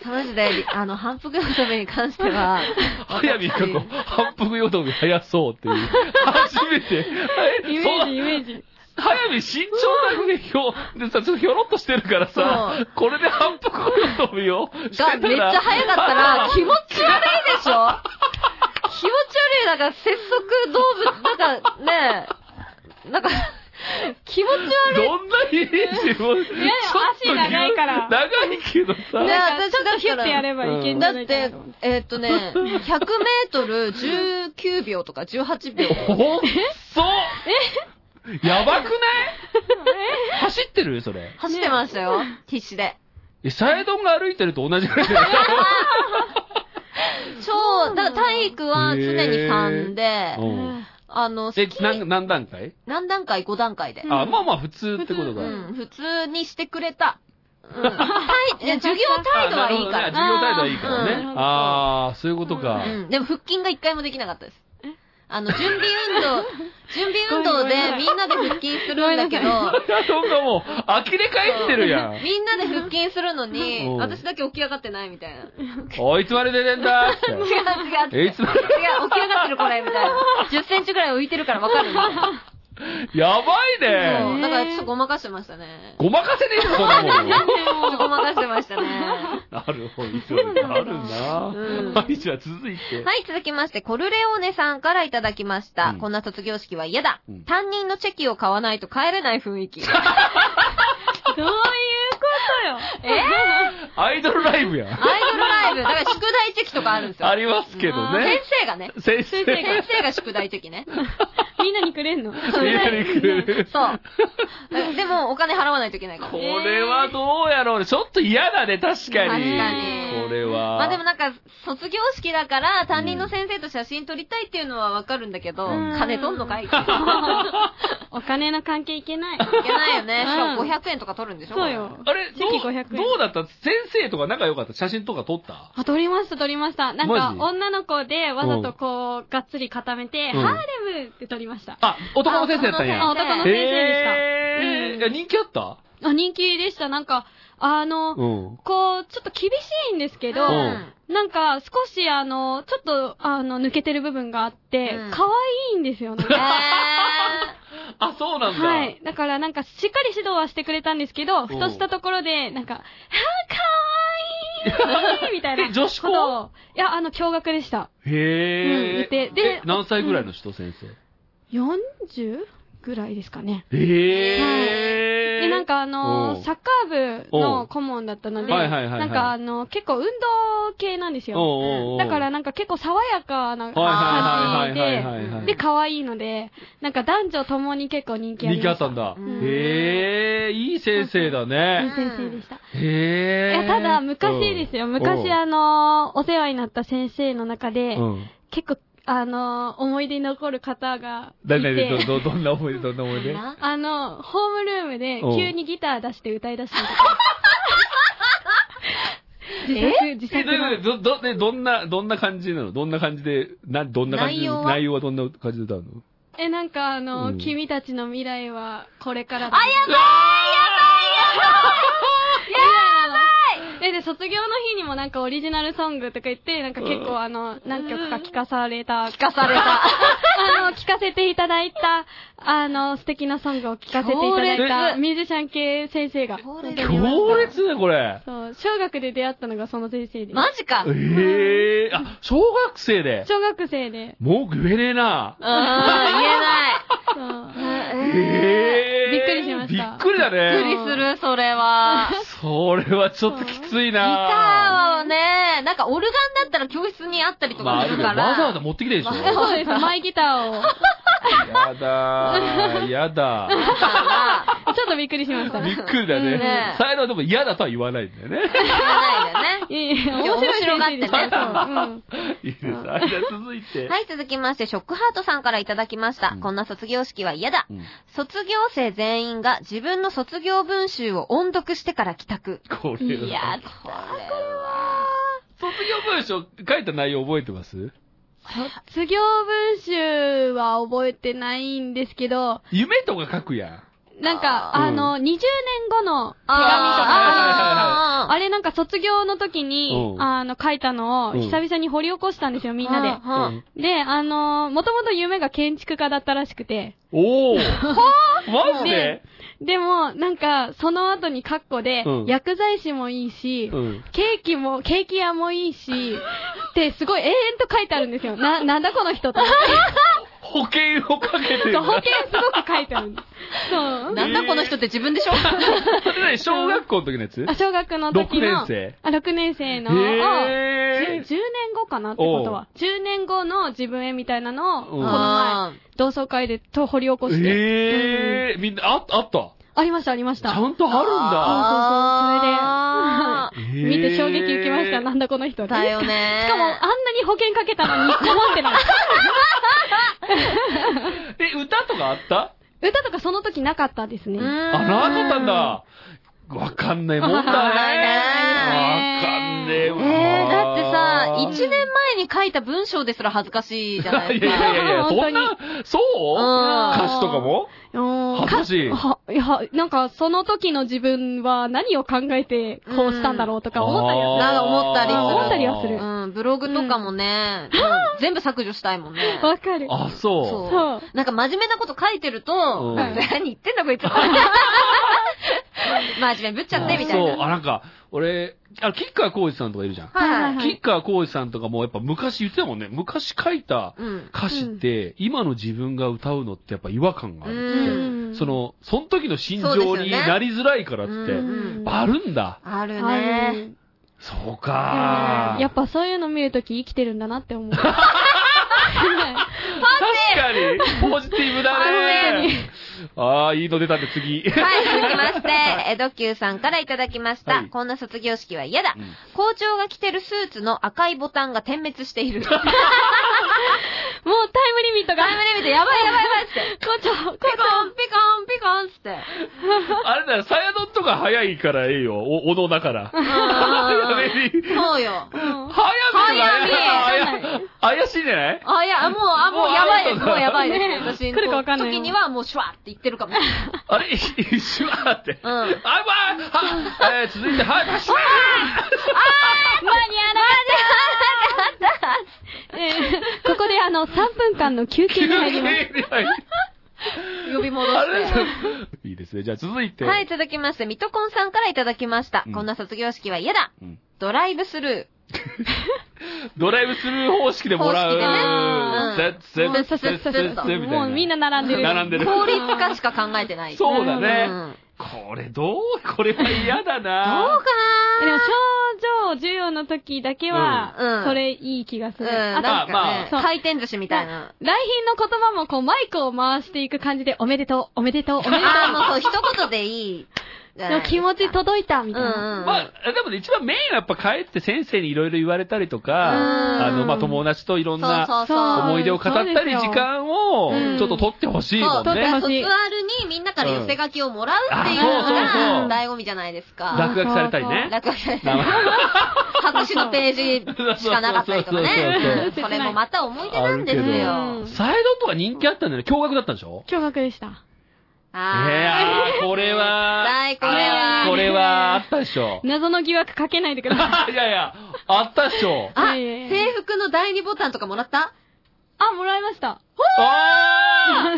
Speaker 4: マジで、あの、反復のために関しては、
Speaker 3: 早見かこ、反復よどみ早そうっていう。初めて。え
Speaker 5: イメージ、イメージ。
Speaker 3: そんな早見身長だけでひょ、でさ、ちょっとひょろっとしてるから
Speaker 4: そ
Speaker 3: さ、これで反復よどみをしてた
Speaker 4: が、
Speaker 3: ら。
Speaker 4: めっちゃ早かっ たら、気持ち悪いでしょ気持ち悪い、なんか、節足動物、なんか、ねえ、なんか、気持ち悪い。
Speaker 3: どんなイメージも。い
Speaker 5: や足長いから
Speaker 3: 長いけどさ。
Speaker 4: ね
Speaker 5: なん
Speaker 4: 私
Speaker 5: かちょっとヒュッてやればいけ んじ
Speaker 4: だ
Speaker 5: ゃ
Speaker 4: っ
Speaker 5: ないかな
Speaker 4: て
Speaker 5: と思って。、
Speaker 4: えーっとね、100メートル19秒とか18秒。
Speaker 3: おっそうやばくない走ってるそれ。
Speaker 4: 走ってましたよ。必死で。
Speaker 3: え、サイドンが歩いてると同じぐらいだよ
Speaker 4: 超、だから体育は常に3で、
Speaker 3: うん
Speaker 4: あの、
Speaker 3: え
Speaker 4: 好、き
Speaker 3: 何、何段階、
Speaker 4: 何段階 ?5 段階で。
Speaker 3: あ、
Speaker 5: うん
Speaker 3: まあまあ普通ってこと
Speaker 4: う
Speaker 3: か。
Speaker 4: ん、普通にしてくれた。うん。 態いや授業態度はいいか
Speaker 3: あ
Speaker 4: ら。
Speaker 3: なるほどね授業態度はいいから
Speaker 4: う
Speaker 3: ね。
Speaker 5: ん
Speaker 3: ああ、そういうことか。
Speaker 4: うん。でも腹筋が一回もできなかったです。あの、準備運 動、準備運動でみんなで腹筋するんだけ
Speaker 5: ごめん
Speaker 4: ど、
Speaker 3: いや、そんなもう、呆れ返ってるやん。
Speaker 4: みんなで腹筋するのに
Speaker 3: うん、
Speaker 4: 私だけ起き上がってないみたい な。違う
Speaker 3: おい、いつまで寝れんだっ
Speaker 4: 違う。
Speaker 3: て。
Speaker 4: 違
Speaker 3: え、
Speaker 4: う、
Speaker 3: いつまで、
Speaker 4: 起き上がってるこれみたいな。10センチぐらい浮いてるからわかるみたいな。
Speaker 3: やばい
Speaker 4: そう。
Speaker 3: ね。
Speaker 4: だからちょっとごまかしてましたね。
Speaker 3: ごまかせねえぞ、そんなもん。
Speaker 4: ちょっとごまかしてましたね。
Speaker 3: なるほど、そういうのあるな。
Speaker 4: うん
Speaker 3: はい、じゃあ続いて。
Speaker 4: はい、続きまして、コルレオーネさんからいただきました。
Speaker 3: うん
Speaker 4: こんな卒業式は嫌だ、
Speaker 3: うん
Speaker 4: 担任のチェキを買わないと帰れない雰 囲気。
Speaker 5: どういうことよ。
Speaker 4: えー、
Speaker 3: アイドルライブやん。
Speaker 4: アイドルライブ、だから宿題チェキとかあるんですよ。
Speaker 3: ありますけど
Speaker 4: 先
Speaker 3: ね。
Speaker 4: 生がね。
Speaker 3: 先生
Speaker 4: 先生が宿題チェキね。
Speaker 5: みんなにくれんの
Speaker 3: が見えてくる
Speaker 4: そう。でも、お金払わないといけないから
Speaker 3: こ。れはどうやろうね。ちょっと嫌だね、確かに。
Speaker 4: 確かに
Speaker 3: これは。
Speaker 4: まあでもなんか、卒業式だから、担任の先生と写真撮りたいっていうのはわかるんだけど、
Speaker 5: ん
Speaker 4: 金取んのか いって。い け
Speaker 5: お金の関係いけない。
Speaker 4: ないよね。しかも
Speaker 5: うん
Speaker 4: 500円とか取るんでしょ
Speaker 5: そうよ。
Speaker 3: あれ、ど
Speaker 5: チェキ
Speaker 3: う
Speaker 5: 500円
Speaker 3: どうだった先生とか仲良かった写真とか撮った
Speaker 5: あ、撮りました、撮りました。なん
Speaker 3: マ
Speaker 5: か、
Speaker 3: ジ
Speaker 5: 女の子でわざとこう、がっつり固めて、
Speaker 3: うん
Speaker 5: ハーレムって撮りました。
Speaker 3: あ、男の先生やったんや。
Speaker 5: あ、
Speaker 3: へ
Speaker 5: 男の先生でし
Speaker 3: えーいや、人気あった
Speaker 5: た。あ、人気でした。なんか、あの、
Speaker 3: うん。
Speaker 5: こう、ちょっと厳しいんですけど、
Speaker 3: うん
Speaker 5: なんか、少し、あの、ちょっと、あの、抜けてる部分があって
Speaker 4: うん、
Speaker 5: 可、愛、いんですよ、なん
Speaker 4: えー
Speaker 5: か
Speaker 3: あ、そうなんだ。
Speaker 5: はい。だから、なんか、しっかり指導はしてくれたんですけど、ふとしたところで、なんか、はぁ、かわいいみたいな。
Speaker 3: え女子校
Speaker 5: ことをいや、あの、驚愕でした。
Speaker 3: へ
Speaker 5: うん
Speaker 3: え。
Speaker 5: いてで
Speaker 3: え何歳ぐらいの人、先生
Speaker 5: 40? ぐらいですかね。
Speaker 3: へえ。
Speaker 5: で、なん、かあ
Speaker 3: おう
Speaker 5: のー、サッカー部の顧問だったので、
Speaker 3: はいはいはいはい
Speaker 5: なんかあのー、結構運動系なんです
Speaker 3: おう
Speaker 5: よ。
Speaker 3: おうおう
Speaker 5: だから、なんか結構爽やかな
Speaker 3: は
Speaker 5: 感
Speaker 3: い
Speaker 5: じ
Speaker 3: はいはいはいはいはい。
Speaker 5: で、で、可愛いので、なんか男女ともに結構人気あり
Speaker 3: 人気あ
Speaker 5: ま
Speaker 3: っ
Speaker 5: した。
Speaker 3: たんだ
Speaker 4: う。ん
Speaker 3: へえ、いい先生だ
Speaker 5: いい
Speaker 3: ね。
Speaker 5: 先生でした。い
Speaker 3: へえ。
Speaker 5: や、ただ、昔ですよ。昔、あ
Speaker 3: の、
Speaker 5: のー、お世話になった先生の中で
Speaker 3: う、ん。
Speaker 5: 結構、あのー、思い出に残る方がい
Speaker 3: だいたいど、
Speaker 5: て、
Speaker 3: ど、どんな思い出、どんな思い 出
Speaker 4: な
Speaker 5: あの、ホームルームで
Speaker 3: おう
Speaker 5: 急にギター出して歌い出したりと か。自作、自
Speaker 3: え、
Speaker 5: 作の。
Speaker 3: ど、ど、ど、ね、どんな、どんな感じなのどんな感じで、な、どんな感じ
Speaker 4: 内容は
Speaker 3: 内容はどんな感じで歌うの
Speaker 5: え、なんかあの、
Speaker 3: うん
Speaker 5: 君たちの未来はこれからだ。あ、
Speaker 3: やばいや
Speaker 5: ばいえ、で、卒業の日にもなんかオリジナルソングとか言って、なんか結構あの、何曲か聴かされた。聞かされた。あの、聴かせていただいた、あの、素敵なソングを聴かせていただい
Speaker 4: 強烈
Speaker 5: た、ミュージシャン系先生が。
Speaker 4: 強烈
Speaker 3: 強烈だね、これ。
Speaker 5: そう、小学で出会ったのがその先生です。
Speaker 4: マジか。うん。
Speaker 3: ええあ、小学生で。
Speaker 5: 小学生で。
Speaker 3: もう言えねえな。
Speaker 4: 言えない。
Speaker 5: そう。
Speaker 3: ええ
Speaker 5: びっくりしました
Speaker 3: びっくりだ
Speaker 4: びっく
Speaker 3: ね。
Speaker 4: りする、それは。
Speaker 3: それはちょっときつい
Speaker 4: ギター
Speaker 3: な。
Speaker 4: はね、なんかオルガンだったら教室にあったりと
Speaker 3: まあ、
Speaker 4: か
Speaker 3: あ
Speaker 4: す
Speaker 3: る
Speaker 4: る
Speaker 3: けど、
Speaker 4: か
Speaker 3: わ
Speaker 4: ら。
Speaker 3: ざわざ持ってきてるでしょ。や
Speaker 5: そうです、マイギターを。
Speaker 3: だー、やだ。
Speaker 4: だから
Speaker 5: ちょっとびっくりしました。
Speaker 3: びっくりだ
Speaker 5: うん
Speaker 3: ね
Speaker 4: ね。
Speaker 3: サイドはでも嫌だとは言わないんだよ ね。
Speaker 4: 言えないでね。
Speaker 5: いやいや、
Speaker 4: 面白い
Speaker 5: 先生でし
Speaker 4: 面白が
Speaker 5: たそううん
Speaker 3: いいです。はいじゃあ続い て。
Speaker 4: はい、続きまして、ショックハートさんからいただきました。
Speaker 3: うん
Speaker 4: こんな卒業式は嫌だ
Speaker 3: う。ん
Speaker 4: 卒業生全員が自分の卒業文集を音読してから帰宅。
Speaker 3: こ
Speaker 4: い
Speaker 3: れは。
Speaker 4: や、これは。
Speaker 3: 卒業文書書いた内容覚えてます
Speaker 5: 卒業文集は覚えてないんですけど、
Speaker 3: 夢とか書くやん。
Speaker 5: なんか、
Speaker 3: あー
Speaker 5: あの、20年後の手
Speaker 4: あー
Speaker 5: 紙とか、
Speaker 4: あー
Speaker 5: あれなんか卒業の時に
Speaker 3: う、ん
Speaker 5: あの、書いたのを
Speaker 3: うん
Speaker 5: 久々に掘り起こしたんですよ、みんなで。
Speaker 4: うんうん
Speaker 5: で、あの、もともと夢が建築家だったらしくて、
Speaker 3: おおマジで
Speaker 5: ででも、なんか、その後にカッコで、
Speaker 3: うん
Speaker 5: 薬剤師もいいし、
Speaker 3: うん。
Speaker 5: ケーキも、ケーキ屋もいいし、 ってすごい永遠と書いてあるんですよ。な、なんだこの人と思って。
Speaker 3: 保険をかけて
Speaker 5: そう
Speaker 3: る。
Speaker 5: 保険すごく書いてあるんです。そう。
Speaker 4: なんだこの人って自分でしょ
Speaker 3: それ何 小学校の時のやつ
Speaker 5: あ、小学の時の。
Speaker 3: 6年生
Speaker 5: あ、6年生の、
Speaker 3: へ
Speaker 5: 10 10年後かなってことは。10年後の自分へみたいなのを、
Speaker 3: ん
Speaker 5: この前、同窓会でと掘り起こして。
Speaker 3: ええみんな、あ、あった。
Speaker 5: ありました、ありまし
Speaker 3: ち
Speaker 5: た。
Speaker 3: ゃんとあるんだ。
Speaker 5: あ
Speaker 4: あー
Speaker 5: そうそうそれで 見て衝撃受けました。なんだこの人って。
Speaker 4: だよね
Speaker 5: しかも、あんなに保険かけたのに困ってない。
Speaker 3: え、歌とかあった
Speaker 5: 歌とかその時なかったですね。
Speaker 3: あ、なかったんだ。わかんないもんだね。わ
Speaker 4: わかんない
Speaker 5: ね
Speaker 3: かんねえ
Speaker 4: え
Speaker 3: わ。
Speaker 4: ー、だってさ、1年前に書いた文章ですら恥ずかしいじゃない
Speaker 3: い
Speaker 4: です
Speaker 3: や
Speaker 4: か。
Speaker 3: いやいやいや、
Speaker 5: 本
Speaker 3: そ
Speaker 5: 当
Speaker 3: ん
Speaker 5: に
Speaker 3: な、そう
Speaker 4: うん
Speaker 3: 歌詞とかも
Speaker 5: うん
Speaker 3: 恥ずかしい
Speaker 5: はいや、なんか、その時の自分は何を考えてこうしたんだろうとか思ったりは
Speaker 4: なんか思ったりする
Speaker 5: 思ったりはする
Speaker 4: うん、ブログとかもね、もう全部削除したいもんね。
Speaker 5: わかる。
Speaker 3: あ、そ
Speaker 5: そう。
Speaker 4: なんか真面目なこと書いてると、
Speaker 3: うん
Speaker 4: 何言ってんだこ いつ。真面目ぶっ
Speaker 3: う。
Speaker 4: ちゃってみたい
Speaker 3: そう、あ、
Speaker 4: な。
Speaker 3: なんか、俺、あ、吉川浩司さんとかいるじゃん。
Speaker 4: は
Speaker 5: はい
Speaker 4: い。
Speaker 5: はい
Speaker 3: 吉川浩司さんとかもやっぱ昔言ってたもんね。昔書いた
Speaker 4: うん。
Speaker 3: 歌詞って、今の自分が歌うのってやっぱ違和感があ
Speaker 4: う
Speaker 3: る。
Speaker 4: ん。
Speaker 5: うん
Speaker 3: そ、の、その時の心情になりづらいからっ
Speaker 4: そう
Speaker 3: て、
Speaker 4: ですよね
Speaker 5: うん
Speaker 3: あるんだ。
Speaker 4: ある
Speaker 5: ある
Speaker 4: ね。
Speaker 3: そう
Speaker 5: でも
Speaker 3: か
Speaker 5: ね。やっぱそういうの見るとき生きてるんだなって思う。
Speaker 3: 確かに、ポジティブだね。ああ、いいの出たんで次。
Speaker 4: はい、続きまして、江戸急さんからいただきました。
Speaker 3: はい
Speaker 4: こんな卒業式は嫌だ
Speaker 3: う。ん
Speaker 4: 校長が着てるスーツの赤いボタンが点滅している。タイム
Speaker 5: もうタイムリミットが。
Speaker 4: リミットやばいやばいやばいっつって。
Speaker 5: 校長、校
Speaker 4: ピコン、ピコン、ピコンっつって。
Speaker 3: あれだよ、サヤドンとか早いからええよ。お、おのだから。早めに。
Speaker 4: そうよ。
Speaker 5: 長。
Speaker 3: 早めとか怪しいんじゃない
Speaker 4: あ、いや、もう、あ、もうやばいです。
Speaker 3: も
Speaker 4: も
Speaker 3: う
Speaker 4: う
Speaker 3: や
Speaker 4: や
Speaker 3: ば
Speaker 4: ば
Speaker 3: い
Speaker 4: い
Speaker 5: です
Speaker 4: です。私
Speaker 5: 来るかわかんない
Speaker 4: 時にはもうシュワーって言ってるかも。
Speaker 3: あれ、一瞬あって。うんあ、わは、えー続いて、はい、一瞬
Speaker 5: 間に合わなかった。ここであの、3分間の休憩に入ります。
Speaker 4: 呼び戻
Speaker 3: あ
Speaker 4: して。
Speaker 3: れいいですね。じゃあ続いて。
Speaker 4: はい、続きまして、ミトコンさんからいただきました。
Speaker 3: うん
Speaker 4: こんな卒業式は嫌だ。
Speaker 3: うん
Speaker 4: ドライブスル
Speaker 3: ドライブスルー方式でもらう。
Speaker 4: 方式でねうん
Speaker 3: せっせっせっせっせみたいな
Speaker 5: もうみんな並んでる。
Speaker 3: 並ん で
Speaker 4: ー。
Speaker 3: る
Speaker 4: 効率化しか考えてない。
Speaker 3: そうだね。
Speaker 4: ん
Speaker 3: これどうこれは嫌だ
Speaker 4: どうか
Speaker 3: な
Speaker 5: でも、症状授業の時だけ
Speaker 4: うんうん
Speaker 5: は、それいい気がする。
Speaker 4: なうん、
Speaker 5: あと、
Speaker 4: なん
Speaker 3: ま
Speaker 4: か
Speaker 3: あま
Speaker 4: ね
Speaker 3: あ、
Speaker 5: そう
Speaker 4: 回転寿司みたいな。
Speaker 5: 来賓の言葉もこう、マイクを回していく感じで、おめでとう、おめでとう、おめでと
Speaker 4: ああ、もうそう、一言でいいじゃ
Speaker 5: う。
Speaker 4: な
Speaker 5: で
Speaker 4: い
Speaker 5: も
Speaker 4: ですか。
Speaker 5: 気持ち届いた、
Speaker 4: う
Speaker 5: み
Speaker 4: ん
Speaker 5: た
Speaker 4: う
Speaker 5: い
Speaker 4: んう
Speaker 5: な。
Speaker 4: ん。
Speaker 3: まあ、でもね、一番メインはやっぱ帰って先生にいろいろ言われたりとか、
Speaker 4: うん
Speaker 3: あの、まあ、友達といろんな
Speaker 4: そうそうそう。
Speaker 3: 思い出を語ったり、
Speaker 5: そうですよ
Speaker 3: 時間を
Speaker 4: うん
Speaker 3: ちょっと取ってほしいもん
Speaker 4: そう、
Speaker 5: 取
Speaker 3: ね。
Speaker 4: だ
Speaker 5: って
Speaker 4: 卒アルにみんなから寄せ書きをもらうっていう
Speaker 3: うん
Speaker 4: の
Speaker 3: あそうそう
Speaker 4: が、醍醐味じゃないです
Speaker 5: そう
Speaker 4: か。
Speaker 3: 落書きされたりね。
Speaker 4: 楽じゃ
Speaker 3: 名
Speaker 4: な
Speaker 3: 前
Speaker 4: い。白紙のページしかなかったりとかね。
Speaker 5: そうそうそうそう
Speaker 4: それもまた思い出なんで
Speaker 3: あ
Speaker 4: す
Speaker 3: るけ
Speaker 5: ど
Speaker 4: よ。
Speaker 3: サイドとか人気あったんだよね。驚愕だったんでしょ
Speaker 5: 驚愕でした。
Speaker 3: い
Speaker 4: あ
Speaker 3: やー、これ は、
Speaker 4: 大これは
Speaker 3: あーこれはあったでしょ。
Speaker 5: 謎の疑惑かけないでくださ い。
Speaker 3: いやいや、あったでしょ。
Speaker 4: ーあ、
Speaker 5: いやいやいや
Speaker 4: 制服の第二ボタンとかもらった
Speaker 5: あ、もらいました。
Speaker 3: あ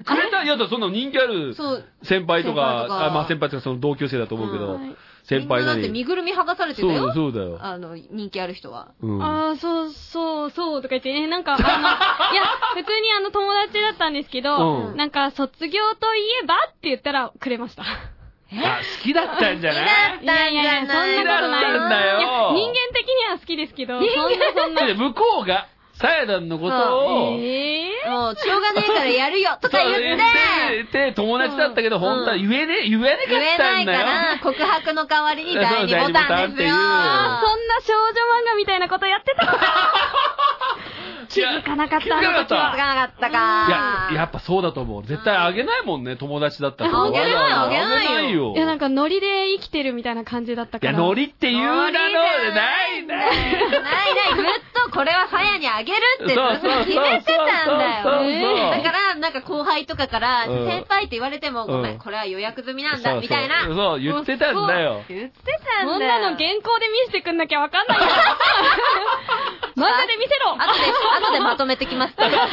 Speaker 3: ーくれたいやだ、そんなの人気ある
Speaker 4: そう。
Speaker 3: 先輩と
Speaker 4: 先輩
Speaker 3: か、
Speaker 4: とか
Speaker 3: あまあ先輩とかその同級生だと思うけど、
Speaker 4: う
Speaker 3: 先輩な
Speaker 4: みんなだって身
Speaker 3: り。
Speaker 4: ぐるみ剥がされてた
Speaker 3: そうだよ、
Speaker 4: よ。
Speaker 3: そうだよ。
Speaker 4: あの、人気ある人は。
Speaker 3: うん。
Speaker 5: あー、そう、そう、そう、とか言って、えーなんか、あの、いや、普通にあの、友達だったんですけど、
Speaker 3: うん
Speaker 5: なんか、卒業といえばって言ったらくれました。
Speaker 3: あ、好きだったんじゃない
Speaker 4: いやいやいや
Speaker 5: そんなことない
Speaker 3: 好きだったんだよ
Speaker 5: いや人間的には好きですけど、そんな、そんな。
Speaker 3: で向こうが、さやだんのことを、
Speaker 5: えー
Speaker 4: もう、しょうがねえからやるよとか
Speaker 3: そう
Speaker 4: 言って、
Speaker 3: 言って、友達だったけど、本当は言えねえ、言えなか
Speaker 4: 言え
Speaker 3: った
Speaker 4: なんい
Speaker 3: だよ。
Speaker 4: から、告白の代わりに第二ボタンですよ。
Speaker 5: あそんな少女漫画みたいなことやってたのか
Speaker 3: 気
Speaker 5: づかなかった
Speaker 3: 気づかなかっ
Speaker 4: 気づか
Speaker 3: た。
Speaker 4: なかった
Speaker 3: いや
Speaker 4: か。、
Speaker 3: やっぱそうだと思う。絶対あげないもんね、友達だったら。
Speaker 4: あげない
Speaker 3: わざわざ
Speaker 4: あげないよ
Speaker 3: あげないよ。
Speaker 5: いや、なんか、ノリで生きてるみたいな感じだった
Speaker 3: い
Speaker 5: か
Speaker 3: や、
Speaker 5: ら。
Speaker 3: ノリって言うなの、
Speaker 4: ノリだよ
Speaker 3: ないない。
Speaker 4: ないない、ずっとこれはさやにあげるってずっと決めてたんだ
Speaker 3: そうそうそうそう
Speaker 4: よ。
Speaker 3: そう
Speaker 4: ねだから、なんか後輩とかから、
Speaker 3: うん
Speaker 4: 先輩って言われても、ごめ
Speaker 3: うん
Speaker 4: ん、これは予約済みなん
Speaker 3: そうそ
Speaker 4: だ、
Speaker 3: う
Speaker 4: みたいな。
Speaker 3: そう、言ってたんだよ。
Speaker 4: 言ってたんだよ。
Speaker 5: こんなの原稿で見せてくんなきゃわかんないよ。漫画で見せろ
Speaker 4: 後で、後でまとめてきますから。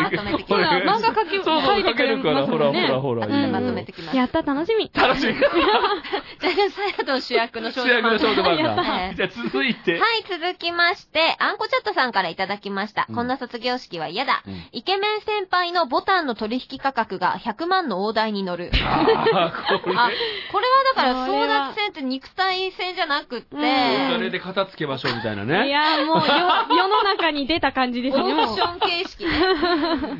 Speaker 4: まとめてき
Speaker 3: ほ
Speaker 4: ま
Speaker 3: ら
Speaker 4: す。
Speaker 5: ほら漫画描き
Speaker 3: そう
Speaker 5: 描
Speaker 3: そう
Speaker 5: いて
Speaker 3: 描
Speaker 5: く
Speaker 3: け
Speaker 5: れ
Speaker 3: る
Speaker 5: ま
Speaker 3: から、
Speaker 5: す
Speaker 3: ほ
Speaker 5: も
Speaker 3: らほ
Speaker 5: んね
Speaker 3: らほら。
Speaker 4: 後で
Speaker 3: いい
Speaker 4: ま
Speaker 3: よ
Speaker 4: とめてきます。
Speaker 5: やった、楽しみ。
Speaker 3: 楽しみ。
Speaker 4: じゃあ、さやと主役の少
Speaker 3: 主
Speaker 4: 女
Speaker 3: 役
Speaker 4: 漫
Speaker 3: の少女
Speaker 4: 画。
Speaker 3: 漫
Speaker 4: やった
Speaker 3: 画。じゃあ続いて。
Speaker 4: はい、続きまして、あんこチャットさんからいただきました。
Speaker 3: うん
Speaker 4: こんな卒業式は嫌だ。
Speaker 3: うん
Speaker 4: イケメン先輩のボタンの取引価格が100万の大台に乗る。
Speaker 3: あーこれ。
Speaker 4: あ、これはだから
Speaker 5: これ
Speaker 4: 争
Speaker 5: は
Speaker 4: 奪戦って肉体戦じゃなくって、
Speaker 5: うん
Speaker 3: お金で片付けましょうみたいないね。
Speaker 5: や、もうよ、世の中に出た感じでです
Speaker 4: オ
Speaker 5: ね、
Speaker 4: ーディ
Speaker 5: もう
Speaker 4: シ。ョン形式ね。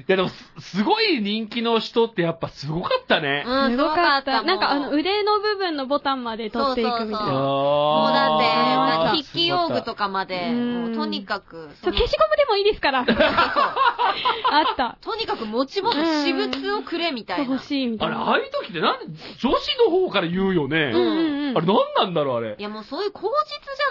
Speaker 3: いやでもす、すごい人気の人ってやっぱすごかったね。
Speaker 4: うん、す
Speaker 5: す
Speaker 4: ご
Speaker 5: ご
Speaker 4: か
Speaker 5: か
Speaker 4: っ。
Speaker 5: ったた。なんかあの
Speaker 4: もう
Speaker 5: 腕の部分のボタンまで取っていくみたい
Speaker 4: そうそうそう
Speaker 5: な。
Speaker 4: もうだって、
Speaker 5: あー
Speaker 4: なんか筆記用具と
Speaker 3: か。
Speaker 4: かまで、
Speaker 5: うん
Speaker 4: もうとにかく、
Speaker 5: そう消しゴムでもいいで すから。あった。
Speaker 4: とにかく持ち物、私物をくれみた
Speaker 5: そう
Speaker 4: いな。
Speaker 5: 欲しいみた
Speaker 3: あ
Speaker 5: い
Speaker 3: れ、
Speaker 5: な。
Speaker 3: ああいう時ってなんで、女子の方から言うよね。
Speaker 5: うんうんうん。
Speaker 3: あれ、なんなんだろう、あれ。
Speaker 4: いや、もうそういう口実じ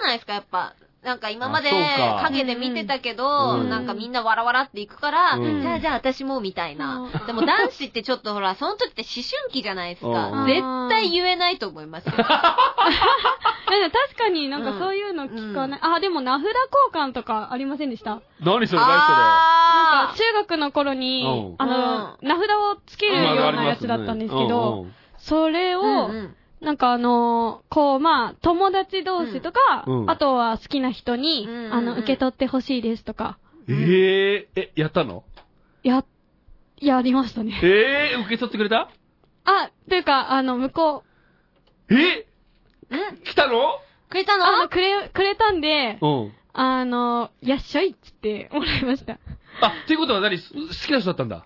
Speaker 4: ゃないですか、やっぱ。なんか今まで
Speaker 3: あそうか
Speaker 4: 影で見てたけど、
Speaker 3: うん
Speaker 4: なんかみんなわらわらっていくから、
Speaker 3: うん
Speaker 4: じゃあじゃあ私もみたいな。
Speaker 5: そう
Speaker 4: でも男子ってちょっとほら、その時って思春期じゃないです
Speaker 3: う
Speaker 4: か。
Speaker 3: ん
Speaker 4: 絶対言えないと思いま すよ。
Speaker 5: でも確かになんかそういうの聞かない。あ、でも名札交換とかありませんでした
Speaker 3: 何それ、何
Speaker 5: なん
Speaker 4: あ
Speaker 5: か中学の頃に
Speaker 3: うん、
Speaker 5: あの、名札をつけ
Speaker 3: そ
Speaker 5: る
Speaker 3: れ。
Speaker 5: よう
Speaker 3: 今あり
Speaker 5: な
Speaker 3: ま
Speaker 5: や
Speaker 3: す
Speaker 5: つ
Speaker 3: ね
Speaker 5: だったんですけ
Speaker 3: う
Speaker 5: ど、
Speaker 3: ん
Speaker 5: それ
Speaker 4: うん
Speaker 5: を
Speaker 4: う、ん
Speaker 5: なんかあのーこう、まあ、友達同士とか、
Speaker 3: うんうん
Speaker 5: あとは好きな人に、
Speaker 4: うん
Speaker 5: あの、受け取ってほしいですとか、
Speaker 3: うんええ、え、やったの
Speaker 5: や、やりましたね。
Speaker 3: ええ、受け取ってくれた
Speaker 5: あ、というか、あの、向こう、
Speaker 3: え
Speaker 4: うん
Speaker 3: 来たの
Speaker 4: くれたの
Speaker 5: あの、くれ、くれたんで、
Speaker 3: うん。
Speaker 5: あの、いらっしゃいっつってもらいました。い
Speaker 3: あ、っていうことは何す好きな人だったんだ。
Speaker 5: や、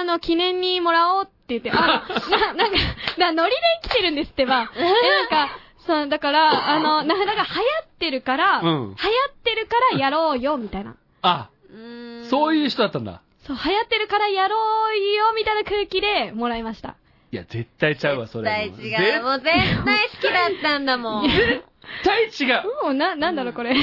Speaker 5: あの、記念にもらおうって言って、あ、な、なんか、な、ノリで来てるんですってば。え、なんか、そう、だから、あの、名札が流行ってるから、
Speaker 3: う
Speaker 5: 流
Speaker 3: ん
Speaker 5: 行ってるからやろうよ、みたいな。
Speaker 3: あ、
Speaker 4: うん
Speaker 3: そういう人だったんだ。
Speaker 5: そう、流行ってるからやろうよ、みたいな空気でもらいました。
Speaker 3: いや、絶対ちゃうわ、それ。
Speaker 4: 絶対違う。もう
Speaker 3: 絶
Speaker 4: 絶対好きだったんだもん。絶
Speaker 3: 対違う。
Speaker 5: もうな、なんだろう、こ れ。
Speaker 3: いや、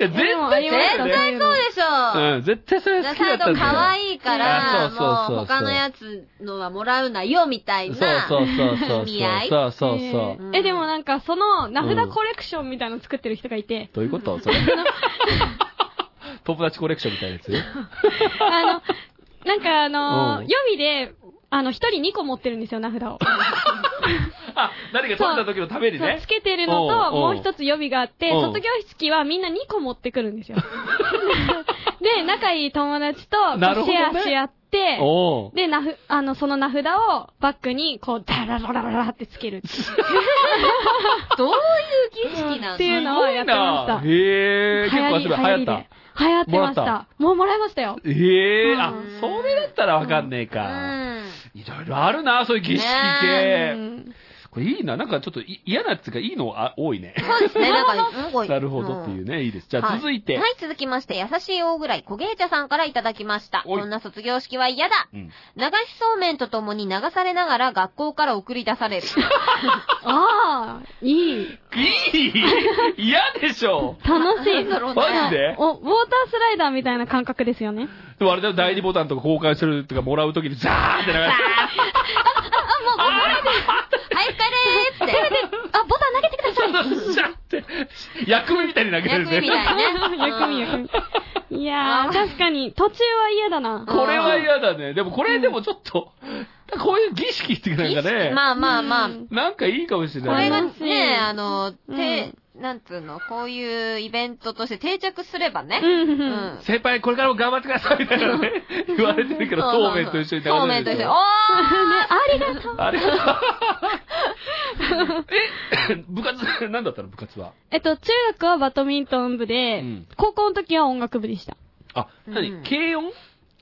Speaker 3: 絶
Speaker 5: でもあ
Speaker 3: 対
Speaker 5: りましたね
Speaker 4: 対そうでしょ。
Speaker 3: うん、絶対それ
Speaker 4: じゃ
Speaker 3: 好
Speaker 4: あ
Speaker 3: きだった
Speaker 4: サー
Speaker 3: ん
Speaker 4: ド
Speaker 3: だ
Speaker 4: 可
Speaker 3: い
Speaker 4: 愛いから、
Speaker 3: あそうそうそうそう
Speaker 4: もう他のやつのはもらうなよ、みたい
Speaker 3: そう
Speaker 4: な。
Speaker 3: そうそうそう。
Speaker 4: 意味合い
Speaker 3: そうそうそう。
Speaker 4: うん
Speaker 5: えーえ、でもなんか、その、名札コレクションみたいなの作ってる人がいて、
Speaker 3: どういうことそれ。友達コレクションみたいなやつ
Speaker 5: あの、 なんかあの
Speaker 3: う
Speaker 5: ー、
Speaker 3: ん
Speaker 5: 予備で、あの、一人2個持ってるんですよ、名札を。
Speaker 3: あ、誰か取れた時のために
Speaker 5: そう
Speaker 3: ね
Speaker 5: つ。けてるのと、
Speaker 3: おうおう
Speaker 5: もう一つ予備があって、
Speaker 3: うん
Speaker 5: 卒業式はみんな2個持ってくるん ですよ。で、仲いい友達と、
Speaker 3: なるほど
Speaker 5: シ
Speaker 3: ね
Speaker 5: ェアし合って、
Speaker 3: おお。
Speaker 5: で、なふ、あの、その名札をバッグに、こう、ダラララララってつける。
Speaker 4: どういう儀式な
Speaker 5: っ
Speaker 4: ん
Speaker 5: ていうのはやってました。
Speaker 3: へえ、結構集め、流行
Speaker 5: り
Speaker 3: った
Speaker 5: で。流行ってまし
Speaker 3: もら
Speaker 5: た。もうもらいましたよ。
Speaker 3: ええ、あ
Speaker 4: うん、
Speaker 3: それだったらわかんねえか。
Speaker 4: うん。
Speaker 3: いろいろあるな、そういう儀式
Speaker 5: う
Speaker 3: 系。
Speaker 5: ん
Speaker 3: これいいな、なんかちょっとい嫌なっつうか、いいのあ多いね。
Speaker 4: そうです ね、なんか、すごい。。
Speaker 3: なるほどっていううんね、いいです。じゃ
Speaker 4: は
Speaker 3: あ続いて
Speaker 4: は。い、続きまして、優しい大ぐらい、小芸茶さんからいただきました。
Speaker 3: おい
Speaker 4: こんな卒業式は嫌だ。
Speaker 3: うん
Speaker 4: 流しそうめんとともに流されながら学校から送り出さ れる。
Speaker 5: ああ、いい。
Speaker 3: いい嫌でし ょ
Speaker 5: 楽しい。
Speaker 4: なんだろう
Speaker 3: マジ
Speaker 4: ね。
Speaker 3: で
Speaker 5: お、ウォータースライダーみたいな感覚ですよね。
Speaker 3: でもあれだよ、第二ボタンとか交換するとかもらうときにザーって流 れて。
Speaker 4: はい、お疲れーって。
Speaker 5: あ、ボタン投げてください。
Speaker 3: シャって、薬味みたいに投げてる
Speaker 4: 薬味み たい
Speaker 3: ね。
Speaker 4: ね。
Speaker 5: 薬味
Speaker 4: うん。
Speaker 5: 薬味。いや
Speaker 4: あー
Speaker 5: ー、確かに、途中は嫌だな。
Speaker 3: これは嫌だね。でもこれでもちょっと、こういう儀式っていうかなんかね、
Speaker 4: まあまあまあ
Speaker 5: う。ん
Speaker 3: なんかいいかもしれ
Speaker 4: こ
Speaker 3: な
Speaker 4: れ
Speaker 3: い。
Speaker 4: が
Speaker 5: 楽しい
Speaker 4: ね、あの、
Speaker 5: うん
Speaker 4: て、なんつうの、こういうイベントとして定着すればね。
Speaker 5: うん うん
Speaker 4: う
Speaker 5: うん。
Speaker 3: 先輩、これからも頑張ってくださいみたいなね、 言われてるけど、そうめんと一緒に食べ
Speaker 4: そうめんと一緒に。おー
Speaker 5: ありがとう。
Speaker 3: あ れえ、部活、なんだったの部活は。
Speaker 5: えっと、中学はバドミントン部で、
Speaker 3: うん
Speaker 5: 高校の時は音楽部でした。
Speaker 3: あ、
Speaker 4: う
Speaker 3: 何
Speaker 4: ん
Speaker 3: 軽音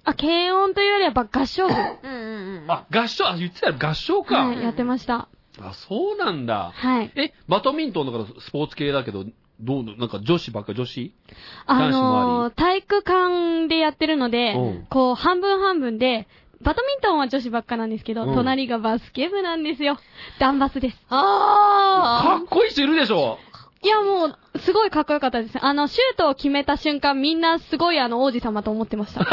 Speaker 5: あ、軽音というよりはば合唱部。は
Speaker 4: うんうんうん。
Speaker 3: あ、合唱、あ、言ってたよ、合唱か。
Speaker 5: い、やってました。
Speaker 3: あ、そうなんだ。
Speaker 5: はい。
Speaker 3: え、バドミントンだからスポーツ系だけど、どうの、なんか女子ばっか女子
Speaker 5: あ
Speaker 3: 男子もあ
Speaker 5: のー、体育館でやってるので
Speaker 3: うん、
Speaker 5: こう、半分半分で、バドミントンは女子ばっかなんですけど、
Speaker 3: うん
Speaker 5: 隣がバスケ部なんですよ。ダンバスです。
Speaker 3: か
Speaker 4: あ
Speaker 3: っこいい人いるでしょ
Speaker 5: いや、もう、すごいかっこよかったですね。あの、シュートを決めた瞬間、みんなすごいあの、王子様と思っ てました。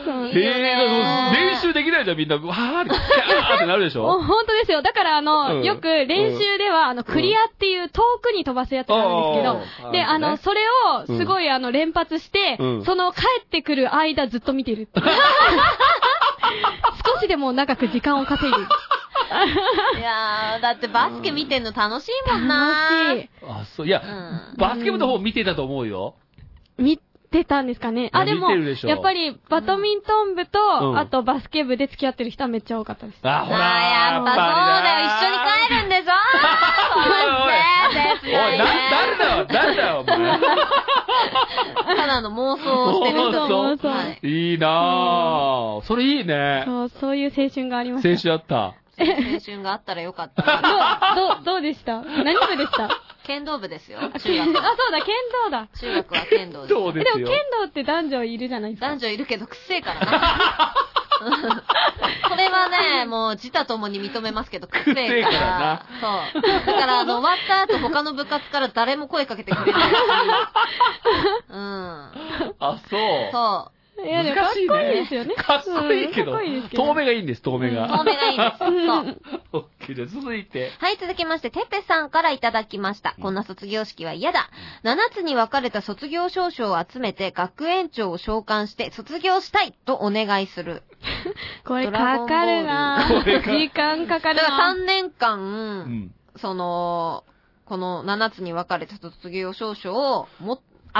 Speaker 4: ーいい
Speaker 3: へ
Speaker 4: よ
Speaker 3: え、
Speaker 4: ね
Speaker 3: だから練習できないじゃん、みんな。わーって、キャーってなるでし
Speaker 5: お
Speaker 3: ょ
Speaker 5: 本当ですよ。だから、あの、
Speaker 3: うん
Speaker 5: よく練習では、あの、クリアっていう遠くに飛ばすやつがあるんですけ
Speaker 3: う
Speaker 5: ど、
Speaker 3: ん
Speaker 5: で、
Speaker 3: あ
Speaker 5: あ
Speaker 3: るね
Speaker 5: の、それを、すごい、あの、連発して、
Speaker 3: うん
Speaker 5: その帰ってくる間ずっと見 てる。少しでも長く時間を稼いでる。
Speaker 4: ーいやー、だってバスケ見てんの楽しいもんな。
Speaker 5: 楽し
Speaker 3: あ、そう、いや、
Speaker 4: う
Speaker 3: バスケ部の方見てたと思うよ。
Speaker 5: い。見てたんですかね。
Speaker 3: い
Speaker 5: あ、
Speaker 3: や
Speaker 5: でも、
Speaker 3: 見てるでしょ
Speaker 5: やっぱり、バドミントン部と、
Speaker 3: うん
Speaker 5: あとバスケ部で付き合ってる人はめっちゃ多かったです。
Speaker 3: あ、
Speaker 4: ん。
Speaker 3: ほら
Speaker 4: あー、やっぱそうだよ。一緒に帰るんで しょそうですね。
Speaker 3: おい、な、誰だよ、誰だよ、お前。
Speaker 4: ただの妄想をしてる人。
Speaker 3: 妄
Speaker 5: 想
Speaker 4: はい。
Speaker 3: いいなぁ。それいいね。
Speaker 5: そう、そういう青春がありま
Speaker 3: 青
Speaker 5: した。
Speaker 3: 春あった。
Speaker 4: 青春があったらよかった。
Speaker 5: どう、どうでした何部でしたあ、
Speaker 4: 剣道部ですよ。中
Speaker 5: そうだ、
Speaker 4: 学
Speaker 5: 剣
Speaker 4: は。
Speaker 5: 道だ。
Speaker 4: 中学は剣道です。
Speaker 3: そう
Speaker 5: え
Speaker 3: で
Speaker 5: ですも剣
Speaker 3: よ。
Speaker 5: 道って男女いるじゃないですか。
Speaker 4: 男女いるけどくっせえからな。 これはね、もう自他ともに認めますけど、くっせえから。
Speaker 3: くっせえから
Speaker 4: そう。だから、あの、終わった後他の部活から誰も声かけてくれ ないし。うん。
Speaker 3: あ、そう。
Speaker 4: そう。
Speaker 5: いや、でもかっこいいですよね。
Speaker 3: かっこいいけ
Speaker 5: うん
Speaker 3: ど
Speaker 5: かっこいいです。けど
Speaker 3: 遠目がいいんです、遠目
Speaker 4: 遠
Speaker 3: が。
Speaker 4: 目がいいです。そう。
Speaker 3: オッケーじゃあ続いて。
Speaker 4: はい、続きまして、てっぺさんからいただきました。こんな卒業式は嫌だ。7つに分かれた卒業証書を集めて、学園長を召喚して、卒業したいとお願いする。
Speaker 5: これかかるな
Speaker 3: ドラゴンボールこれ
Speaker 5: 時間かか
Speaker 4: だ
Speaker 5: る
Speaker 4: から
Speaker 5: な
Speaker 4: 3年
Speaker 3: う
Speaker 4: 間、
Speaker 3: ん。
Speaker 4: その、この7つに分かれた卒業証書をも、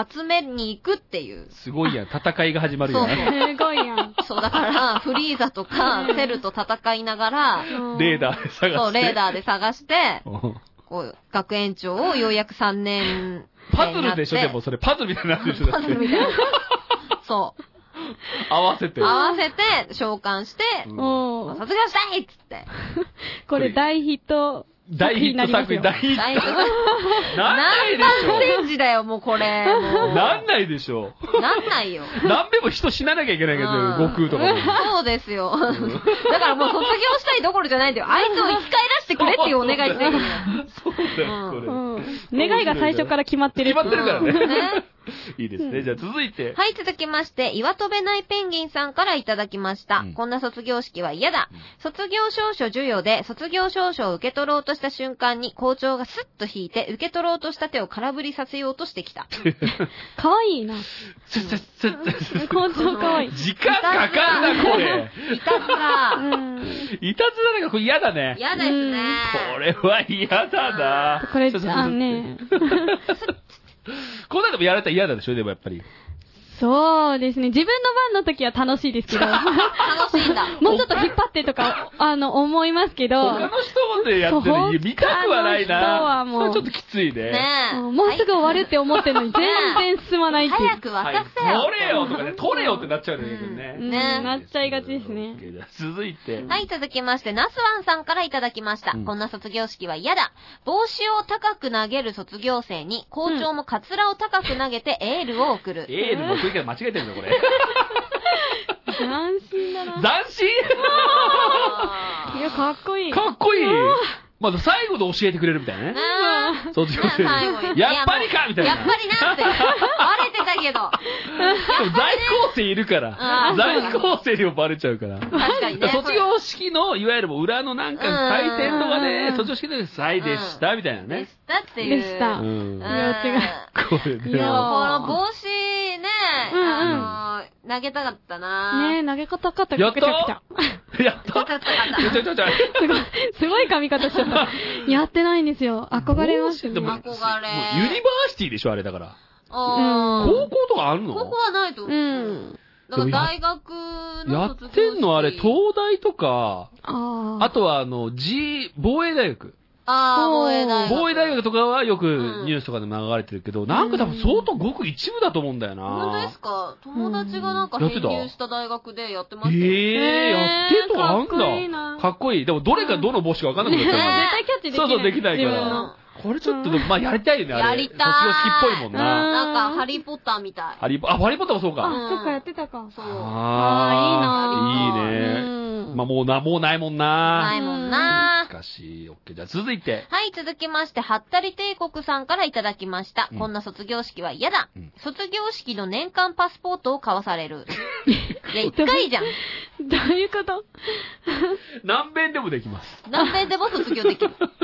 Speaker 4: 集めに行くっていう。
Speaker 3: すごいやん。戦いが始まるや
Speaker 4: そうそ
Speaker 3: ん。
Speaker 5: すごいやん。
Speaker 4: そう、だから、 フリーザとか、セルと戦いながら、
Speaker 3: レー
Speaker 5: ー。
Speaker 3: ダーで探して。
Speaker 4: そう、レーダーで探して、
Speaker 3: うん
Speaker 4: こう、学園長をようやく3年
Speaker 3: パズルでしょ、で
Speaker 4: 生にな
Speaker 3: も
Speaker 4: って
Speaker 3: それ。パズルみたいになってるでしょ、だ
Speaker 4: パ
Speaker 3: っ
Speaker 4: ズ
Speaker 3: て
Speaker 4: ルみ たいな。そう。
Speaker 3: 合わせて。
Speaker 4: 合わせて召喚して、
Speaker 3: うん
Speaker 5: おー
Speaker 4: 卒業したいっつって。
Speaker 5: これ大ヒット。
Speaker 3: 大ヒット作品、大ヒッ
Speaker 4: 大
Speaker 3: ト。
Speaker 4: 丈夫
Speaker 3: なんないでし
Speaker 4: 何センチだよ、もうこれ。も
Speaker 3: ょ。
Speaker 4: う
Speaker 3: なんないでしょ。
Speaker 4: なんないよ。
Speaker 3: 何べも人死ななきゃいけないけど、
Speaker 4: うん
Speaker 3: 悟空とかも。
Speaker 4: そうですよ。だからもう卒業したいどころじゃないんだよ。あいつを生き返らしてくれっていうお願いしてるんだよ。
Speaker 3: そうだよ、こ
Speaker 5: う
Speaker 3: れ。
Speaker 5: ん。願いが最初から決まってる。
Speaker 3: 決まってるから
Speaker 4: うん
Speaker 3: ね
Speaker 4: ね。
Speaker 3: いいですね。じゃあ続いて。
Speaker 4: はい、続きまして、岩飛べないペンギンさんからいただきました。
Speaker 3: うん
Speaker 4: こんな卒業式は嫌だ。卒業証書授与で、卒業証書を受け取ろうとした瞬間に校長がスッと引いて、受け取ろうとした手を空振りさせようとしてきた。
Speaker 5: かわい いな。
Speaker 3: せせせせ
Speaker 5: 校長かわいい。
Speaker 3: 時間かかんな、これ。
Speaker 4: いたずら。
Speaker 5: うん。
Speaker 3: いたずらなんかこれ嫌だね。
Speaker 4: 嫌ですね。
Speaker 3: これは嫌だな
Speaker 5: これ、
Speaker 3: ちょっと
Speaker 5: あのね。
Speaker 3: こんなのもやられたら嫌だでしょでもやっぱり。
Speaker 5: そうですね。自分の番の時は楽しいで すけど。
Speaker 4: 楽しいん だ。
Speaker 5: もうちょっと引っ張ってとか、あの、思いますけど。
Speaker 3: 他の人でやって
Speaker 5: そう
Speaker 3: る見たくはない
Speaker 5: 他
Speaker 3: な
Speaker 5: の人はもう
Speaker 3: それちょっときついね。
Speaker 4: ねえ。
Speaker 5: うんもうすぐ終わるって思ってるのに全然進まないっていう。
Speaker 4: 早く
Speaker 3: はい
Speaker 4: 渡せよ。
Speaker 3: 取れよとかね、 取れよってなっちゃうんだけどね。
Speaker 5: うん
Speaker 4: ね
Speaker 5: なっちゃいがちですね。
Speaker 3: 続いて。
Speaker 4: はい、続きまして、ナスワンさんからいただきました。
Speaker 3: うん
Speaker 4: こんな卒業式は嫌だ。帽子を高く投げる卒業生に、校長もカツラを高く投げてエールを送る。
Speaker 3: エールの食い方間違えてるんだ、これ。
Speaker 5: 斬新だな。
Speaker 3: 斬新
Speaker 4: あ
Speaker 5: いや、かっこいい。
Speaker 3: かっこいいまだ最後で教えてくれるみたいな
Speaker 4: ー
Speaker 3: ね。
Speaker 4: ね
Speaker 3: 卒業生
Speaker 4: ね最後に
Speaker 3: に。やっぱりかみた
Speaker 4: え
Speaker 3: いな。
Speaker 4: やっぱりなって。バレてたけど。
Speaker 3: でも在校生いるから
Speaker 4: う。ん
Speaker 3: 在校生にもバレちゃうから。
Speaker 4: 確かにね。
Speaker 3: 卒業式の、いわゆるもう裏のなんか、採点とか
Speaker 5: うんうんう
Speaker 3: で、
Speaker 5: ん
Speaker 3: 卒業式で採でした、みたいな
Speaker 4: で
Speaker 3: ね
Speaker 4: し。たっていう。
Speaker 5: でした
Speaker 3: う。
Speaker 5: うん
Speaker 4: ん。
Speaker 3: こ
Speaker 5: 違う
Speaker 3: れ
Speaker 5: い
Speaker 4: で
Speaker 5: や
Speaker 4: もこ
Speaker 5: ー
Speaker 3: ね。
Speaker 4: の帽子ね、
Speaker 5: うんうん
Speaker 4: あのー、投げたかったな
Speaker 5: ねえ、投げ方かった
Speaker 3: やっ
Speaker 5: か
Speaker 3: た
Speaker 5: くちゃくちゃ。
Speaker 3: やった
Speaker 4: 投げたかった
Speaker 3: ちょちょちょちょ。
Speaker 5: すごい、すごい髪型しちゃった。 やってないんですよ。憧れました
Speaker 3: で
Speaker 5: ね。
Speaker 3: も
Speaker 4: 憧
Speaker 3: もう
Speaker 4: れ
Speaker 3: ユニバーシティでしょ、あれだから。
Speaker 4: あー
Speaker 3: 高校とかあるの
Speaker 4: ここはないと
Speaker 5: う
Speaker 4: 思う。
Speaker 5: ん。
Speaker 4: だから大学
Speaker 3: や
Speaker 4: の卒業
Speaker 3: ってんのあれ、
Speaker 4: と
Speaker 3: 東大とか、
Speaker 5: ああ。
Speaker 3: あとはあの、G、防衛大学。
Speaker 4: ああ、防衛大学。
Speaker 3: 防衛大学とかはよく
Speaker 4: うん
Speaker 3: ニュースとかでも流れてるけど、なんか多分相当ごく一部だと思うんだよ
Speaker 4: 本当で
Speaker 3: な
Speaker 4: す。か友達がなんか
Speaker 3: うん
Speaker 4: 編
Speaker 3: やってた
Speaker 4: 入した大学でやってま
Speaker 3: え
Speaker 4: したよ。
Speaker 3: えやってるとこあ
Speaker 5: かっこいい
Speaker 3: ん
Speaker 5: な
Speaker 3: だ。かっこいい。でもどれがどの帽子かわかんなくなっち
Speaker 5: 絶
Speaker 3: ゃう
Speaker 4: ね
Speaker 5: 対キャッチでき
Speaker 3: そ
Speaker 5: な
Speaker 3: う
Speaker 5: い。
Speaker 3: そう、できないか
Speaker 5: 自分
Speaker 3: ら
Speaker 5: の。。
Speaker 3: これちょっと、まあ、やりたいよね、あれ。
Speaker 4: やりたい
Speaker 3: 卒業式っぽいもんな。
Speaker 4: なんか、ハリーポッターみたい。
Speaker 3: ハリーポ、あ、ハリーポッターもそうか。
Speaker 5: あ、そっか、やってたか。
Speaker 4: そう。
Speaker 3: あ
Speaker 4: あーいい
Speaker 3: いいね。
Speaker 5: うん
Speaker 3: まあ、もうな、もうないもんな。
Speaker 4: ないもんな
Speaker 3: 難しい。オッケー。じゃあ続いて。
Speaker 4: はい、続きまして、はったり帝国さんからいただきました。
Speaker 3: うん
Speaker 4: こんな卒業式は嫌だ、
Speaker 3: うん
Speaker 4: 卒業式の年間パスポートを買わさ れる。いや、一回じゃん。
Speaker 5: どういうこと
Speaker 3: 何遍でもできます。
Speaker 4: 何年でも卒業できる。
Speaker 3: うん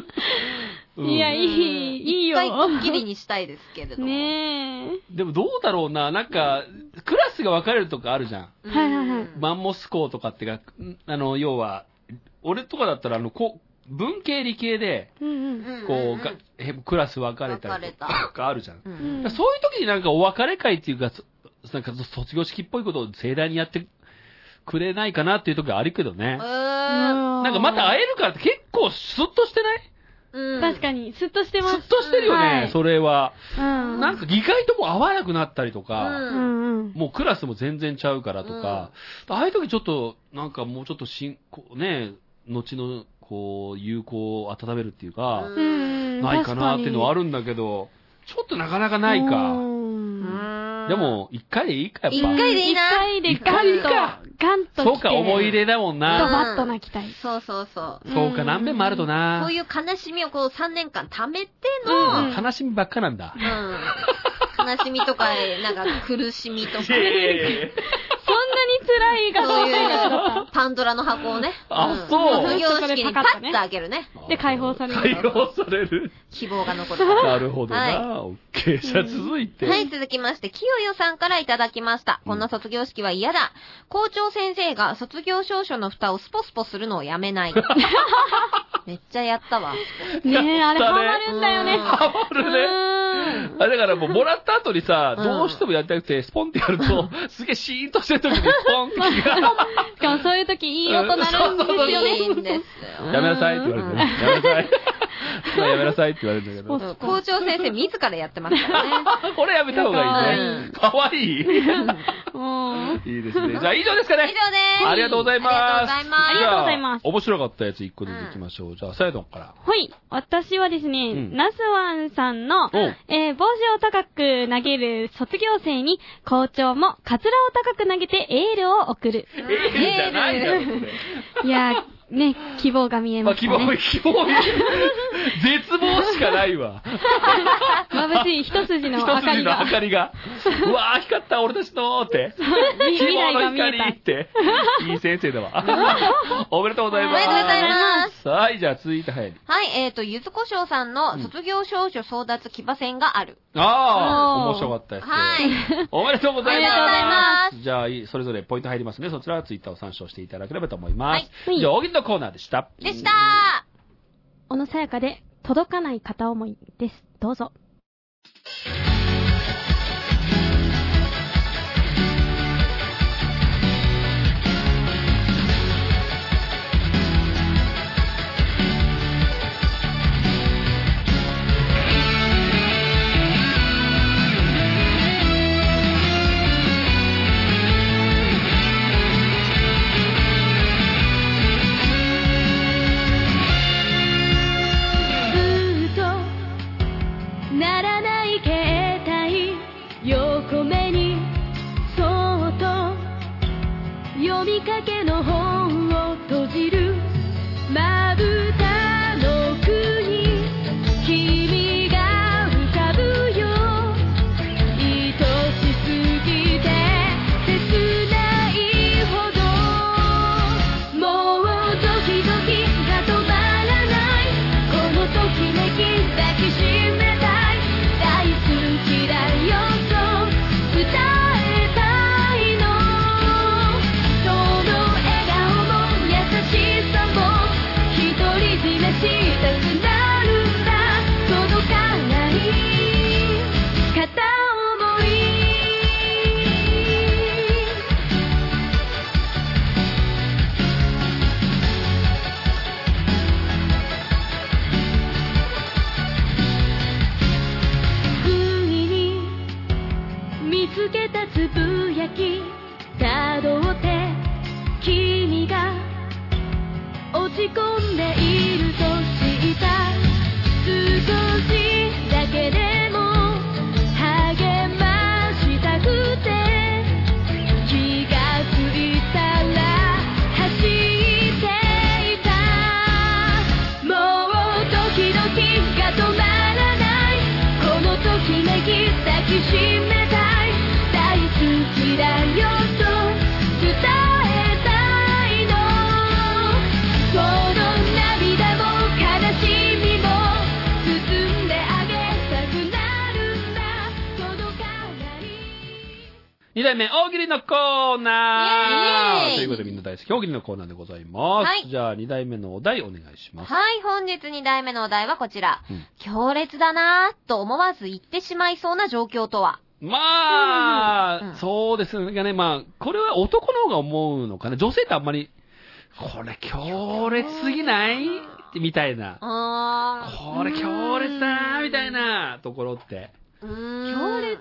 Speaker 5: いや、いい、い
Speaker 4: 一
Speaker 5: いよ。
Speaker 4: 回ドッキリにしたいですけれども。
Speaker 5: ねえ。
Speaker 3: でもどうだろうな、なんか、クラスが分かれるとかあるじゃん。
Speaker 4: うん
Speaker 5: はいはいはい
Speaker 3: マンモス校とかってが、んあの、要は、俺とかだったら、あの、こう、文系理系で、
Speaker 5: うんうん。
Speaker 4: ん
Speaker 3: こう、がへクラス分かれたりと
Speaker 4: 分かれ
Speaker 3: かあるじゃん。
Speaker 4: う
Speaker 5: うんん
Speaker 3: そういう時になんかお別れ会っていうか、そなんか卒業式っぽいことを盛大にやってくれないかなっていう時はあるけどね。
Speaker 4: うーん
Speaker 3: なんかまた会えるからって結構スッとしてない
Speaker 4: うん
Speaker 2: 確かに、スッとしてます。
Speaker 3: すっとしてるよね、
Speaker 2: はい
Speaker 3: それは。
Speaker 2: うん。
Speaker 3: なんか、意外ともう合わなくなったりとか、
Speaker 2: う
Speaker 4: う
Speaker 2: ん
Speaker 4: ん
Speaker 2: うん。
Speaker 3: もうクラスも全然ちゃうからとか、ああいう時ちょっと、なんかもうちょっと進行、ね、後の、こう、友好を温めるっていうか、
Speaker 4: うん
Speaker 2: うん。
Speaker 3: ないかなっていうのはあ
Speaker 2: る
Speaker 3: るんだけど、ちょっとなかなかないか。で、も、一回でいいか、やっぱ。
Speaker 4: 一回でいいな
Speaker 2: 一回で
Speaker 3: 一回でいい
Speaker 2: ガ
Speaker 3: か
Speaker 2: ンと、ガンと来て。
Speaker 3: そうか、思い入れだも
Speaker 2: と
Speaker 3: んな。
Speaker 2: バッとなきたい。
Speaker 4: そうそうそう。
Speaker 2: うん
Speaker 3: そうか、何遍もあると
Speaker 4: こ
Speaker 3: な
Speaker 4: う。いう悲しみをこう3年間溜めて
Speaker 2: う
Speaker 4: の、
Speaker 2: ん
Speaker 3: 悲しみばっかなんだ
Speaker 4: う。ん悲しみとか、なんか苦しみとか、
Speaker 6: い
Speaker 4: そ
Speaker 6: や
Speaker 4: う
Speaker 6: い
Speaker 4: い
Speaker 6: や
Speaker 4: う
Speaker 6: いやいや
Speaker 2: そんなに辛いがそうだっ
Speaker 4: パンドラの箱をね、
Speaker 3: あ
Speaker 4: ん
Speaker 3: そう
Speaker 4: 卒業式にパッと開けるね、
Speaker 2: た。で、解放され
Speaker 3: 解
Speaker 2: る。
Speaker 3: 放される。
Speaker 4: 希望が残る。
Speaker 3: なるほどな。オッケー。じゃあ
Speaker 2: うん
Speaker 3: 続いて。
Speaker 4: はい、続きまして、清代さんからいただきました。こんな卒業式は嫌だ。校長先生が卒業証書の蓋をスポスポするのをや めない。めっちゃやったわ。
Speaker 2: ねえ、あれハマるんだよね。
Speaker 3: ハモるね。
Speaker 2: うん
Speaker 3: あ、だからもう、もらった後にさ、
Speaker 4: うん
Speaker 3: どうしてもやりたくて、スポンってやると、すげえシーンとしてる時に、スポンって気が、
Speaker 2: しかもそういう時いい音鳴るんです
Speaker 3: そう
Speaker 2: よ
Speaker 4: いいん
Speaker 2: ね。
Speaker 4: ですよ。
Speaker 3: やめなさいって言われてね。やめな さい。今やめなさいって言われるんだけど。
Speaker 4: うん校長先生自らやってますから ね。
Speaker 3: これやめた方がいいね。かわいい。
Speaker 2: うん。
Speaker 3: いいですね。じゃあ以上ですかね。
Speaker 4: 以上です。
Speaker 3: ありがとうございます。
Speaker 4: ありがとうございます。
Speaker 2: ありがとうございます
Speaker 3: じゃあ面白かったやつ一個ずつ行きましょう。じゃあ、サヤドンから。
Speaker 2: はい。私はですね、
Speaker 3: うん
Speaker 2: ナスワンさんの、
Speaker 3: うん
Speaker 2: えー帽子を高く投げる卒業生に、校長もカツラを高く投げてエールを送る。
Speaker 3: ええじゃないだろ、それ
Speaker 2: いやー、ね、希望が見え
Speaker 3: ま
Speaker 2: ま
Speaker 3: あ、
Speaker 2: し
Speaker 3: 希
Speaker 2: た
Speaker 3: 望、
Speaker 2: ね。
Speaker 3: 希望、絶望しかない わ。
Speaker 2: 眩しい一筋の
Speaker 3: 一
Speaker 2: 明か
Speaker 3: 筋
Speaker 2: り
Speaker 3: の
Speaker 2: が
Speaker 3: 明。かり が。うわー、光った、俺たちのーって。
Speaker 2: 未
Speaker 3: 希
Speaker 2: 来
Speaker 3: 望
Speaker 2: が
Speaker 3: の
Speaker 2: 見え。
Speaker 3: 光ったて。いい先生だわ。 おめでとうござい
Speaker 4: お
Speaker 3: ま
Speaker 4: め
Speaker 3: す。
Speaker 4: でとうございます。
Speaker 3: す。はい、じゃあ続いて、はい。
Speaker 4: はい、えっ、と、ゆずこしょうさんの卒業証書争奪騎馬戦がある。
Speaker 3: ああ、
Speaker 2: おー
Speaker 3: 面白かったです。
Speaker 4: はい。
Speaker 3: おめでとうございます。
Speaker 4: あり
Speaker 3: じゃあ、いそれぞれポイント入りますね。そちらはツイッターを参照していただければと思います。
Speaker 2: はい
Speaker 3: じゃあ、大喜利のコーナーでした。
Speaker 4: でした
Speaker 2: 小野さやかで、届かない片思いです。どうぞ。
Speaker 5: ずっとならない携帯横目にそっと読みかけの本を閉じるまぶたの奥に君が浮かぶよ愛しすぎて切ないほどもうドキドキが止まらないこのときめき抱きしめたい大好きだよと伝えたいのその笑顔も優しさも独り占めしたくなるんだ届かない片思い不意に見つけたつぶやきたどって君が落ち込んでいると知った少しだけでも励ましたくて気がついたら走っていたもうドキドキが止まらないこのときめき抱きしめたい大好きだよと伝えたいのその涙も悲しみも包んであげたくなるんだ届かない
Speaker 3: 二代目、大喜利のコーナー
Speaker 4: イエーイ
Speaker 3: ということでみんな大好き、大喜利のコーナーでございます。
Speaker 4: はい
Speaker 3: じゃあ、二代目のお題お願いします。
Speaker 4: はい、本日2代目のお題はこちら。
Speaker 3: うん
Speaker 4: 強烈だなぁと思わず言ってしまいそうな状況とは。
Speaker 3: まあ、
Speaker 4: うんうん
Speaker 3: そうですがね、まあ、これは男の方が思うのかな。女性ってあんまり、これ強烈すぎないって、みたいな。
Speaker 4: あ
Speaker 3: これ強烈だなみたいなところって。
Speaker 4: ーうーん
Speaker 5: 強烈。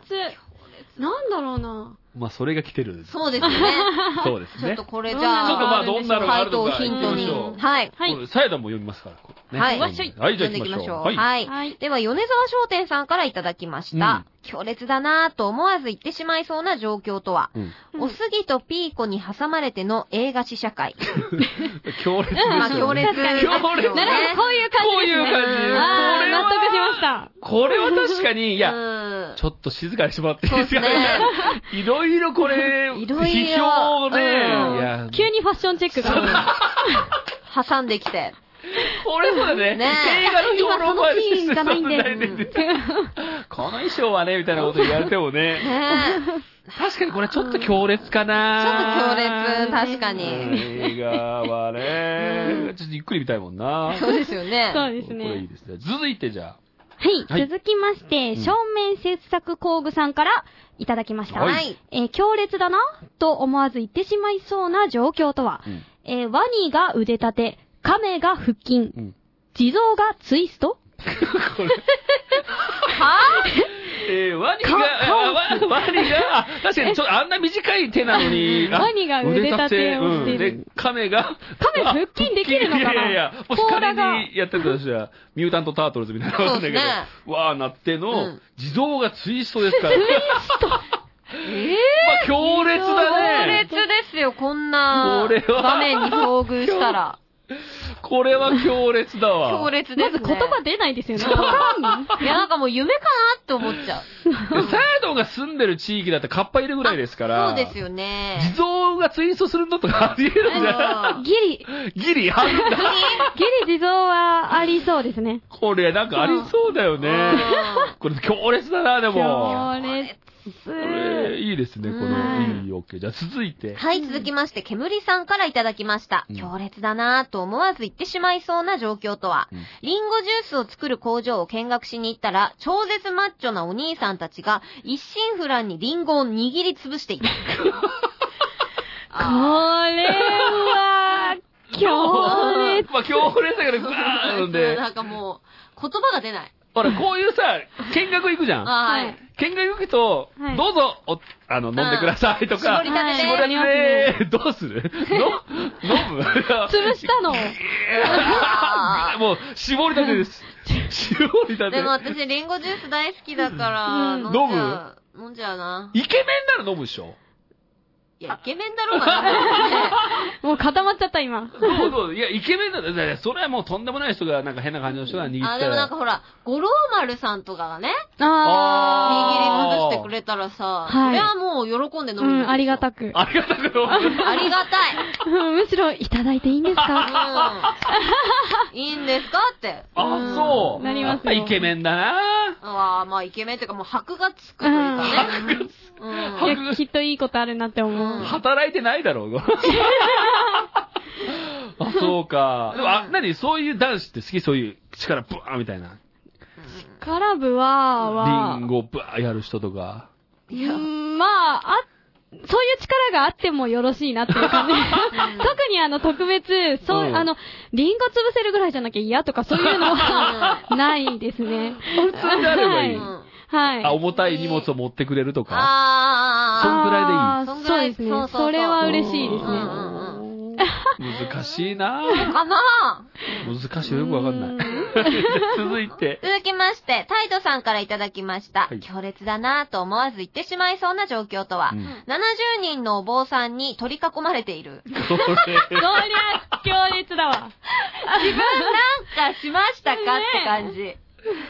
Speaker 5: なんだろうな。
Speaker 3: まあ、それが来てる。
Speaker 4: そうですね。
Speaker 3: そうです
Speaker 4: ちょ
Speaker 3: ね。
Speaker 4: っとこれじ
Speaker 5: ちょっと
Speaker 4: ゃ
Speaker 5: ま
Speaker 4: あ、
Speaker 5: あどん
Speaker 3: なのがあるのか
Speaker 4: 回答をヒント
Speaker 5: 行きましょ
Speaker 4: に。
Speaker 3: う
Speaker 4: はい。
Speaker 5: はい
Speaker 3: これ。サヤダも読みますから、これね
Speaker 4: はい。
Speaker 3: はい、じゃあ行きましょう。
Speaker 4: はい。
Speaker 3: はい。
Speaker 4: はいでは、米沢商店さんからいただきました。強烈だなぁと思わず言ってしまいそうな状況とは、
Speaker 3: うん
Speaker 5: うん
Speaker 4: おすぎとピーコに挟まれての映画試写会。
Speaker 3: 強烈ですよね。
Speaker 4: まあ、強烈。
Speaker 5: 確かに
Speaker 3: 強烈
Speaker 5: なるほど、こういう感じです、ね。
Speaker 3: こういう感じ
Speaker 5: あ
Speaker 3: こ
Speaker 5: ー
Speaker 3: れは
Speaker 5: 納得しました。
Speaker 3: これは確かに、い
Speaker 4: い
Speaker 3: や、
Speaker 4: や、
Speaker 3: ちょっと静かにしてもらっていい ですか
Speaker 4: そう
Speaker 3: ね。いろいろこれ、
Speaker 4: いろいろ
Speaker 3: 批評をね、
Speaker 4: うん
Speaker 3: いや、
Speaker 5: 急にファッションチェックが。
Speaker 4: 挟んできて。
Speaker 3: これそうだね。
Speaker 4: ね
Speaker 3: 映画の評論家
Speaker 4: 今そのシーンがないんで
Speaker 3: この衣装はね、みたいなこと言われてもね、
Speaker 4: ねえ
Speaker 3: 確かにこれちょっと強烈か
Speaker 4: ちょっと強
Speaker 3: な
Speaker 4: 烈、確か
Speaker 3: うん
Speaker 4: に。
Speaker 3: 映画はね、ちょっとゆっくり見たいもんな。
Speaker 4: そうですよね。
Speaker 5: そうです
Speaker 3: これいい
Speaker 5: ね。
Speaker 3: ですね。続いてじゃ
Speaker 5: はい、
Speaker 3: はい
Speaker 5: 続きまして、
Speaker 3: ん
Speaker 5: 正面制作工具さんからいただきました。
Speaker 3: はい
Speaker 4: はい。
Speaker 5: えー強烈だなと思わず言ってしまいそうな状況とは
Speaker 3: あ、、うん
Speaker 5: えーワニが腕立て、亀が腹筋、
Speaker 3: うん
Speaker 5: 地蔵がツイスト
Speaker 3: これ。えー、ワニが、
Speaker 5: か
Speaker 3: あワワニが、あ確かにちょっとあんな短い手なのに、あ
Speaker 5: ワニが腕立てをしてる
Speaker 3: 腕立てうんで、亀が、
Speaker 5: 亀
Speaker 3: あ
Speaker 5: 腹筋できるのかな
Speaker 3: 腹筋いやいやいや、もし
Speaker 5: 甲羅が
Speaker 3: 仮にやってたとしたら、ミュータント・タートルズみたいなのがあるんだけど、
Speaker 4: そうで
Speaker 3: わーなって
Speaker 4: う
Speaker 3: の
Speaker 4: ん、
Speaker 3: 地蔵がツイストですから。
Speaker 4: え
Speaker 3: まあ、強烈だね。
Speaker 4: 強烈ですよ、こんな
Speaker 3: これは
Speaker 4: 場面に遭遇したら。
Speaker 3: これは強烈だわ。
Speaker 4: 強烈で
Speaker 5: ます
Speaker 4: ね。
Speaker 5: ず言葉出ないですよね。
Speaker 4: いや、なんかもう夢かなって思っちゃう。
Speaker 3: でサヤドンが住んでる地域だってカッパいるぐらいですから。
Speaker 4: そうです
Speaker 3: よ。
Speaker 4: よね。
Speaker 3: 地蔵がツイストするのとかありえるんじゃな
Speaker 4: うん
Speaker 5: ギリ、
Speaker 3: いギリ、あるんだ。
Speaker 5: ギリ地蔵はありそうですね。
Speaker 3: これなんかありそうだよね。これ強烈だな、でも。
Speaker 5: 強烈。
Speaker 3: これ、いいですね、こ
Speaker 5: は
Speaker 3: の、
Speaker 5: い
Speaker 3: いい OK。じゃあ続いて。
Speaker 4: はい、続きまして、煙さんからいただきました。
Speaker 3: うん
Speaker 4: 強烈だなぁと思わず言ってしまいそうな状況とは、
Speaker 3: うん
Speaker 4: リンゴジュースを作る工場を見学しに行ったら、超絶マッチョなお兄さんたちが、一心不乱にリンゴを握りつぶして いた。
Speaker 5: これは、強烈。
Speaker 3: まあ強烈だけど、バーンで。
Speaker 4: んかもう、言葉が出ない。
Speaker 3: ほら、こういうさ、見学行くじゃん。
Speaker 4: は
Speaker 5: はいい。
Speaker 3: 見学行くと
Speaker 5: は、い
Speaker 3: どうぞ、お、あの、飲んでくださいとか。
Speaker 4: 絞りたて
Speaker 5: はい
Speaker 4: で
Speaker 3: これ
Speaker 5: 絞りますね
Speaker 3: ね、どうするの飲む
Speaker 5: 潰したの。
Speaker 4: あー
Speaker 3: もう、絞りたて です。絞りたて。
Speaker 4: でも私、リンゴジュース大好きだから、
Speaker 5: うん
Speaker 4: 飲んじゃう。飲んじゃうな。
Speaker 3: イケメンなら飲むでしょ
Speaker 4: いや、イケメンだろうがな。
Speaker 5: もう固まっちゃった、今。
Speaker 3: そうそう。いや、イケメンだ。だからそれはもうとんでもない人が、なんか変な感じの人が握ってたら
Speaker 4: あ、でもなんか、ほら、五郎丸さんとかがね、握り
Speaker 3: あー
Speaker 4: 潰してくれたらさ、
Speaker 5: はい
Speaker 4: それはもう喜んで飲
Speaker 5: う
Speaker 4: みに行くでしょ
Speaker 5: ん、ありがたく。
Speaker 3: ありがたく飲む。
Speaker 4: ありがたい。
Speaker 5: うんむしろ、いただいていいんですか
Speaker 4: うん。いいんですかって。
Speaker 3: あ、そう。
Speaker 5: なりますよ
Speaker 3: やっぱイケメンだな
Speaker 4: あーまあ、イケメンっていうか、もう箔がつくというかね。う
Speaker 5: い
Speaker 4: ん。
Speaker 5: や、きっといいことあるなって思
Speaker 4: うん
Speaker 5: う。
Speaker 3: 働いてないだろう、 これあ、そうか。でも、あ、なに、そういう男子って好きそういう力ブワーみたいな。
Speaker 5: カラブは、は、
Speaker 3: リンゴブワーやる人とか。
Speaker 5: うーんまあ、あ、そういう力があってもよろしいなってい う感じ。 特にあの特別、そう、
Speaker 3: うん
Speaker 5: あの、リンゴ潰せるぐらいじゃなきゃ嫌とかそういう のはないですね。普
Speaker 3: 通であればいい
Speaker 4: うん
Speaker 5: はい。
Speaker 3: あ、
Speaker 5: はい、
Speaker 3: 重たい荷物を持ってくれるとか。そ
Speaker 4: あ
Speaker 3: んぐらいでいい
Speaker 5: あー
Speaker 4: そんぐ
Speaker 5: そう
Speaker 4: らい
Speaker 5: ですね
Speaker 4: そうそうそう
Speaker 5: それは嬉しいですね。
Speaker 4: うんうん
Speaker 3: 難しいな
Speaker 4: ー。かな
Speaker 3: 難しいよ。よくわかんない。 続いて。
Speaker 4: 続きまして、タイトさんからいただきました。
Speaker 3: はい
Speaker 4: 強烈だなぁと思わず言ってしまいそうな状況とは、
Speaker 3: うん
Speaker 4: 70人のお坊さんに取り囲まれている。
Speaker 3: こ
Speaker 5: そりゃ、強烈だわ。
Speaker 4: 自分なんかしましたかって感じ。ね
Speaker 3: れ